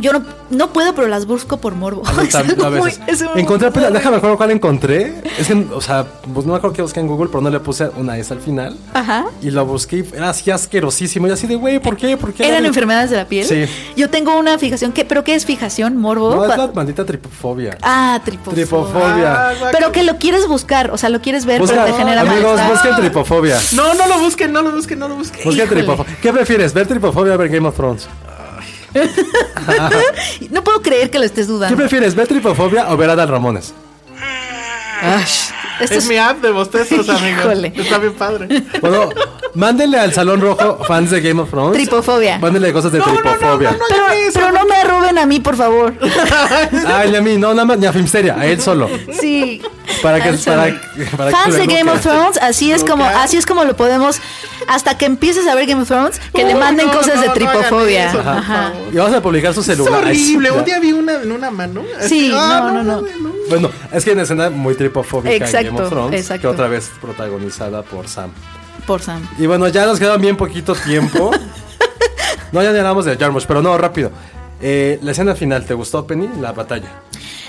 [SPEAKER 4] Yo no, no puedo, pero las busco por morbo.
[SPEAKER 3] A mí
[SPEAKER 4] Es
[SPEAKER 3] también,
[SPEAKER 4] algo
[SPEAKER 3] a
[SPEAKER 4] muy-
[SPEAKER 3] veces.
[SPEAKER 4] es un-
[SPEAKER 3] Encontré, apenas- déjame acuerdo cuál encontré. Es que, o sea, pues no me acuerdo que busqué en Google, pero no le puse una S al final.
[SPEAKER 4] Ajá.
[SPEAKER 3] Y lo busqué y era así asquerosísimo. Y así de, güey, ¿por qué? ¿Por qué?
[SPEAKER 4] ¿Eran
[SPEAKER 3] Nadie-
[SPEAKER 4] enfermedades de la piel?
[SPEAKER 3] Sí.
[SPEAKER 4] Yo tengo una fijación. ¿Qué, ¿Pero qué es fijación? ¿Morbo?
[SPEAKER 3] No, es
[SPEAKER 4] Cua-
[SPEAKER 3] la maldita tripofobia.
[SPEAKER 4] Ah, tripofobia.
[SPEAKER 3] Tripofobia.
[SPEAKER 4] Pero que lo quieres buscar, o sea, lo quieres ver,
[SPEAKER 3] Busca-
[SPEAKER 4] pero te genera
[SPEAKER 3] amigos,
[SPEAKER 4] malestar.
[SPEAKER 3] busquen tripofobia.
[SPEAKER 2] No, no lo busquen, no lo busquen, no lo busquen.
[SPEAKER 3] Busca
[SPEAKER 4] Híjole.
[SPEAKER 3] tripofobia. ¿Qué prefieres? ¿Ver tripofobia o ver Game of Thrones?
[SPEAKER 4] No puedo creer que lo estés
[SPEAKER 3] ¿Qué
[SPEAKER 4] dudando.
[SPEAKER 3] prefieres? ¿Ver tripofobia o ver a Adal Ramones?
[SPEAKER 4] Ash, esto
[SPEAKER 2] Es mi app de bostezos, amigos.
[SPEAKER 4] Híjole.
[SPEAKER 2] Está bien padre.
[SPEAKER 3] Bueno, mándenle al Salón Rojo fans de Game of Thrones.
[SPEAKER 4] Tripofobia.
[SPEAKER 3] Mándenle cosas de
[SPEAKER 2] No, no, no,
[SPEAKER 3] tripofobia.
[SPEAKER 2] no, no,
[SPEAKER 4] Pero,
[SPEAKER 2] ya vi,
[SPEAKER 4] pero
[SPEAKER 2] se-
[SPEAKER 4] no me roben a mí, por favor.
[SPEAKER 3] Ay, ni a mí, no, nada más, ni a Filmsteria, a él solo.
[SPEAKER 4] Sí.
[SPEAKER 3] Para que,
[SPEAKER 4] Al
[SPEAKER 3] para,
[SPEAKER 4] solo.
[SPEAKER 3] para que
[SPEAKER 4] Fans
[SPEAKER 3] lo
[SPEAKER 4] de Game
[SPEAKER 3] eduquen.
[SPEAKER 4] of Thrones, así es como, así es como lo podemos, hasta que empieces a ver Game of Thrones, que te
[SPEAKER 2] Uy,
[SPEAKER 4] manden
[SPEAKER 2] no,
[SPEAKER 4] cosas
[SPEAKER 2] no,
[SPEAKER 4] de
[SPEAKER 2] no
[SPEAKER 4] tripofobia.
[SPEAKER 2] hagan eso, por
[SPEAKER 4] Ajá.
[SPEAKER 2] favor.
[SPEAKER 3] Y vamos a publicar su
[SPEAKER 2] Es
[SPEAKER 3] celular. Ay, sí,
[SPEAKER 2] horrible.
[SPEAKER 3] ya.
[SPEAKER 2] Un día vi una en una mano.
[SPEAKER 4] Sí,
[SPEAKER 2] Ah,
[SPEAKER 4] no, no, no.
[SPEAKER 3] Bueno, es que hay una escena muy tripofóbica en Game
[SPEAKER 4] Exacto,
[SPEAKER 3] of Thrones, que
[SPEAKER 4] exacto.
[SPEAKER 3] otra vez protagonizada por Sam.
[SPEAKER 4] Por Sam.
[SPEAKER 3] Y bueno, ya nos queda bien poquito tiempo. no, ya ni hablamos de Jarmusch, pero no, rápido. Eh, la escena final, ¿te gustó, Penny? La batalla.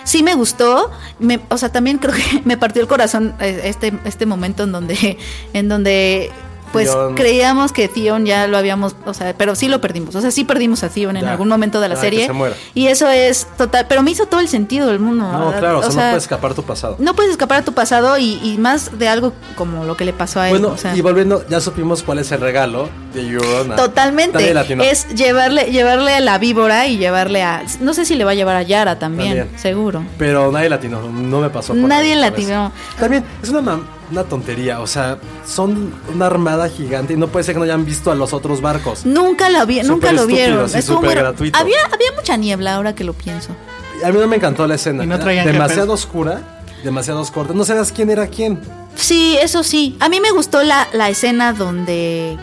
[SPEAKER 4] sí me gustó. Me, o sea, también creo que me partió el corazón eh, este, este momento en donde, en donde Pues
[SPEAKER 3] Theon.
[SPEAKER 4] creíamos que Theon ya lo habíamos, o sea, pero sí lo perdimos. O sea, sí perdimos a Theon en
[SPEAKER 3] Ya.
[SPEAKER 4] algún momento de la
[SPEAKER 3] Ya, que
[SPEAKER 4] serie.
[SPEAKER 3] se muera.
[SPEAKER 4] Y eso es total, pero me hizo todo el sentido del mundo.
[SPEAKER 3] No,
[SPEAKER 4] ¿verdad?
[SPEAKER 3] claro, o sea,
[SPEAKER 4] Ah, sea,
[SPEAKER 3] no puedes escapar tu pasado.
[SPEAKER 4] no puedes escapar a tu pasado y, y más de algo como lo que le pasó a él.
[SPEAKER 3] Bueno,
[SPEAKER 4] o sea.
[SPEAKER 3] y volviendo, ya supimos cuál es el regalo de Euron. a-
[SPEAKER 4] Totalmente.
[SPEAKER 3] Nadie le atinó.
[SPEAKER 4] Es llevarle, llevarle a la víbora y llevarle a. No sé si le va a llevar a Yara también,
[SPEAKER 3] También.
[SPEAKER 4] seguro.
[SPEAKER 3] Pero nadie latino, no me pasó. por
[SPEAKER 4] Nadie
[SPEAKER 3] la
[SPEAKER 4] latino.
[SPEAKER 3] cabeza. También es una, mam- una tontería, o sea, son una armada gigante y no puede ser que no hayan visto a los otros barcos.
[SPEAKER 4] Nunca la vi,
[SPEAKER 3] Súper
[SPEAKER 4] nunca lo
[SPEAKER 3] estúpido,
[SPEAKER 4] vieron.
[SPEAKER 3] sí,
[SPEAKER 4] Estuvo
[SPEAKER 3] súper
[SPEAKER 4] bueno.
[SPEAKER 3] gratuito.
[SPEAKER 4] Había, había mucha niebla ahora que lo pienso.
[SPEAKER 3] A mí no me encantó la escena.
[SPEAKER 2] Y no
[SPEAKER 3] Era
[SPEAKER 2] traían
[SPEAKER 3] demasiado
[SPEAKER 2] capes.
[SPEAKER 3] oscura, demasiado corta. No sabías quién era quién.
[SPEAKER 4] Sí, eso sí. A mí me gustó la, la escena donde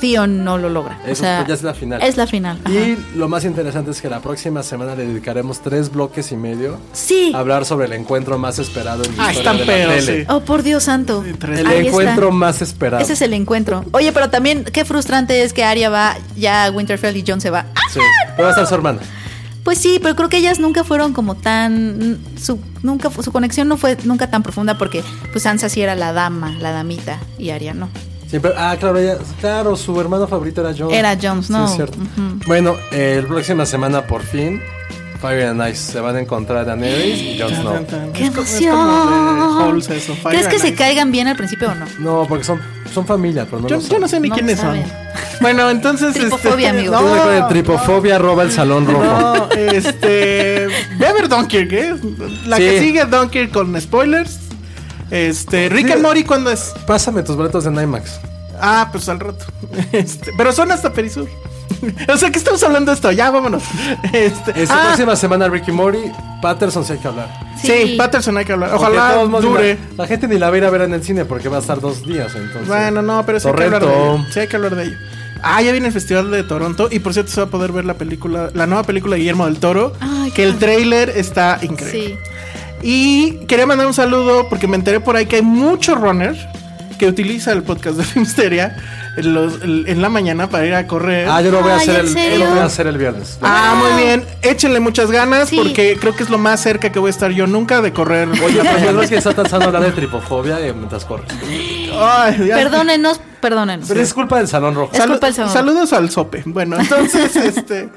[SPEAKER 4] Theon no lo logra.
[SPEAKER 3] Eso
[SPEAKER 4] o sea,
[SPEAKER 3] ya es la final.
[SPEAKER 4] Es la final. ajá.
[SPEAKER 3] Y lo más interesante es que la próxima semana le dedicaremos tres bloques y medio
[SPEAKER 4] Sí.
[SPEAKER 3] a hablar sobre el encuentro más esperado en la
[SPEAKER 2] Ah,
[SPEAKER 3] historia
[SPEAKER 2] están
[SPEAKER 3] de la
[SPEAKER 2] feos,
[SPEAKER 3] tele.
[SPEAKER 2] sí.
[SPEAKER 4] Oh, por Dios santo.
[SPEAKER 2] Tres-
[SPEAKER 3] El
[SPEAKER 4] Ahí está.
[SPEAKER 3] encuentro más esperado.
[SPEAKER 4] Ese es el encuentro. Oye, pero también qué frustrante es que Arya va ya a Winterfell y Jon se va. ¡Ah!
[SPEAKER 3] Sí. Pero va a estar su hermana.
[SPEAKER 4] Pues sí, pero creo que ellas nunca fueron como tan su nunca fu- su conexión no fue nunca tan profunda porque pues Sansa sí era la dama, la damita y Arya no.
[SPEAKER 3] Siempre, ah, claro, ella- claro, su hermano favorito era Jones.
[SPEAKER 4] Era Jon
[SPEAKER 3] Sí,
[SPEAKER 4] Snow.
[SPEAKER 3] es cierto.
[SPEAKER 4] Ujú.
[SPEAKER 3] Bueno, el próxima semana por fin, Fire and Ice se van a encontrar Daenerys y Jon Snow.
[SPEAKER 4] ¡Qué
[SPEAKER 2] Es co- es
[SPEAKER 4] emoción!
[SPEAKER 2] como de Halls eso, Fire
[SPEAKER 4] ¿Crees que
[SPEAKER 2] and
[SPEAKER 4] se
[SPEAKER 2] Ice.
[SPEAKER 4] caigan bien al principio o no?
[SPEAKER 3] No, porque son, son familia, pero no
[SPEAKER 2] Yo,
[SPEAKER 3] lo
[SPEAKER 2] yo no sé ni
[SPEAKER 4] No
[SPEAKER 2] quiénes
[SPEAKER 4] saben.
[SPEAKER 2] son. Bueno, entonces. este,
[SPEAKER 4] Tripofobia, amigo.
[SPEAKER 2] No,
[SPEAKER 4] Yo me
[SPEAKER 3] Recuerden, tripofobia roba el salón rojo.
[SPEAKER 2] no, este. Ve a ver Dunkirk, ¿eh? La que
[SPEAKER 3] Sí.
[SPEAKER 2] sigue Dunkirk con spoilers. Este. Rick and Morty, ¿cuándo es?
[SPEAKER 3] Pásame tus boletos en IMAX.
[SPEAKER 2] Ah, pues al rato. Este, pero son hasta Perisur. o sea, ¿qué estamos hablando de esto? Ya, vámonos. Este,
[SPEAKER 3] Esta
[SPEAKER 2] ah,
[SPEAKER 3] próxima semana Ricky Mori, Patterson sí hay que hablar.
[SPEAKER 2] sí, Patterson hay que hablar.
[SPEAKER 3] Porque de
[SPEAKER 2] Ojalá
[SPEAKER 3] todos modos,
[SPEAKER 2] dure.
[SPEAKER 3] La, la gente ni la va a ir a ver en el cine porque va a estar dos días entonces.
[SPEAKER 2] Bueno, no, pero sí hay que hablar
[SPEAKER 3] Torrento.
[SPEAKER 2] de ello. Sí hay que hablar de ello. Ah, ya viene el Festival de Toronto y por cierto se va a poder ver la película, la nueva película de Guillermo del Toro,
[SPEAKER 4] Ay,
[SPEAKER 2] que el
[SPEAKER 4] qué-
[SPEAKER 2] tráiler está increíble.
[SPEAKER 4] Sí.
[SPEAKER 2] Y quería mandar un saludo porque me enteré por ahí que hay mucho runner que utiliza el podcast de Filmsteria en, los- en- en la mañana para ir a correr.
[SPEAKER 3] Ah, yo lo voy a
[SPEAKER 4] Ay,
[SPEAKER 3] hacer
[SPEAKER 4] ¿en
[SPEAKER 3] el, yo
[SPEAKER 4] serio?
[SPEAKER 3] lo voy a hacer el viernes.
[SPEAKER 2] Ah, muy bien. Échenle muchas ganas
[SPEAKER 4] Sí.
[SPEAKER 2] porque creo que es lo más cerca que voy a estar yo nunca de correr.
[SPEAKER 3] Oye, pues ya ves que está tratando de hablar de tripofobia eh, mientras corres.
[SPEAKER 2] Ay, ya.
[SPEAKER 4] Perdónenos, perdónenos.
[SPEAKER 3] Pero es culpa del salón rojo.
[SPEAKER 4] Es culpa del sabor.
[SPEAKER 2] Saludos al sope. Bueno, entonces, este.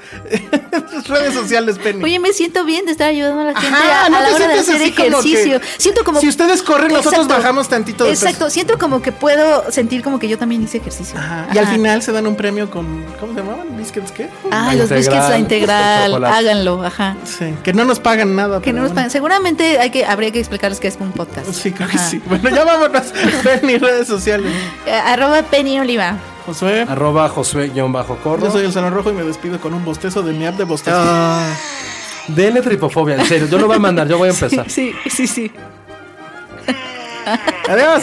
[SPEAKER 2] redes sociales, Penny.
[SPEAKER 4] Oye, me siento bien de estar ayudando a la gente
[SPEAKER 2] Ajá,
[SPEAKER 4] a, a
[SPEAKER 2] ¿no
[SPEAKER 4] la
[SPEAKER 2] te
[SPEAKER 4] hora de
[SPEAKER 2] sientes
[SPEAKER 4] hacer
[SPEAKER 2] así como
[SPEAKER 4] ejercicio.
[SPEAKER 2] que-
[SPEAKER 4] siento como
[SPEAKER 2] Si ustedes corren, nosotros bajamos tantito de peso.
[SPEAKER 4] Exacto, siento como que puedo sentir como que yo también hice ejercicio.
[SPEAKER 2] Ajá. Y al final se dan un premio con. ¿Cómo se llamaban? ¿Biscuits qué?
[SPEAKER 4] Ah,
[SPEAKER 3] La
[SPEAKER 4] los biscuits
[SPEAKER 3] integral,
[SPEAKER 4] la
[SPEAKER 3] el
[SPEAKER 4] integral,
[SPEAKER 3] chocolate.
[SPEAKER 4] háganlo, ajá.
[SPEAKER 2] Sí, que no nos pagan nada.
[SPEAKER 4] Que
[SPEAKER 2] pero
[SPEAKER 4] no nos
[SPEAKER 2] bueno.
[SPEAKER 4] paguen. Seguramente hay que, habría que explicarles que es un podcast.
[SPEAKER 2] Sí, creo que
[SPEAKER 4] Ajá.
[SPEAKER 2] sí. Bueno, ya vámonos. Penny, redes sociales.
[SPEAKER 4] Eh, arroba Penny Oliva.
[SPEAKER 2] Josué,
[SPEAKER 3] Arroba Josué-Corro.
[SPEAKER 2] yo soy el Salón Rojo y me despido con un bostezo de mi app de bostezo.
[SPEAKER 3] Ah, Denle tripofobia, en serio. Yo lo voy a mandar, yo voy a empezar.
[SPEAKER 4] Sí, sí, sí.
[SPEAKER 2] Adiós.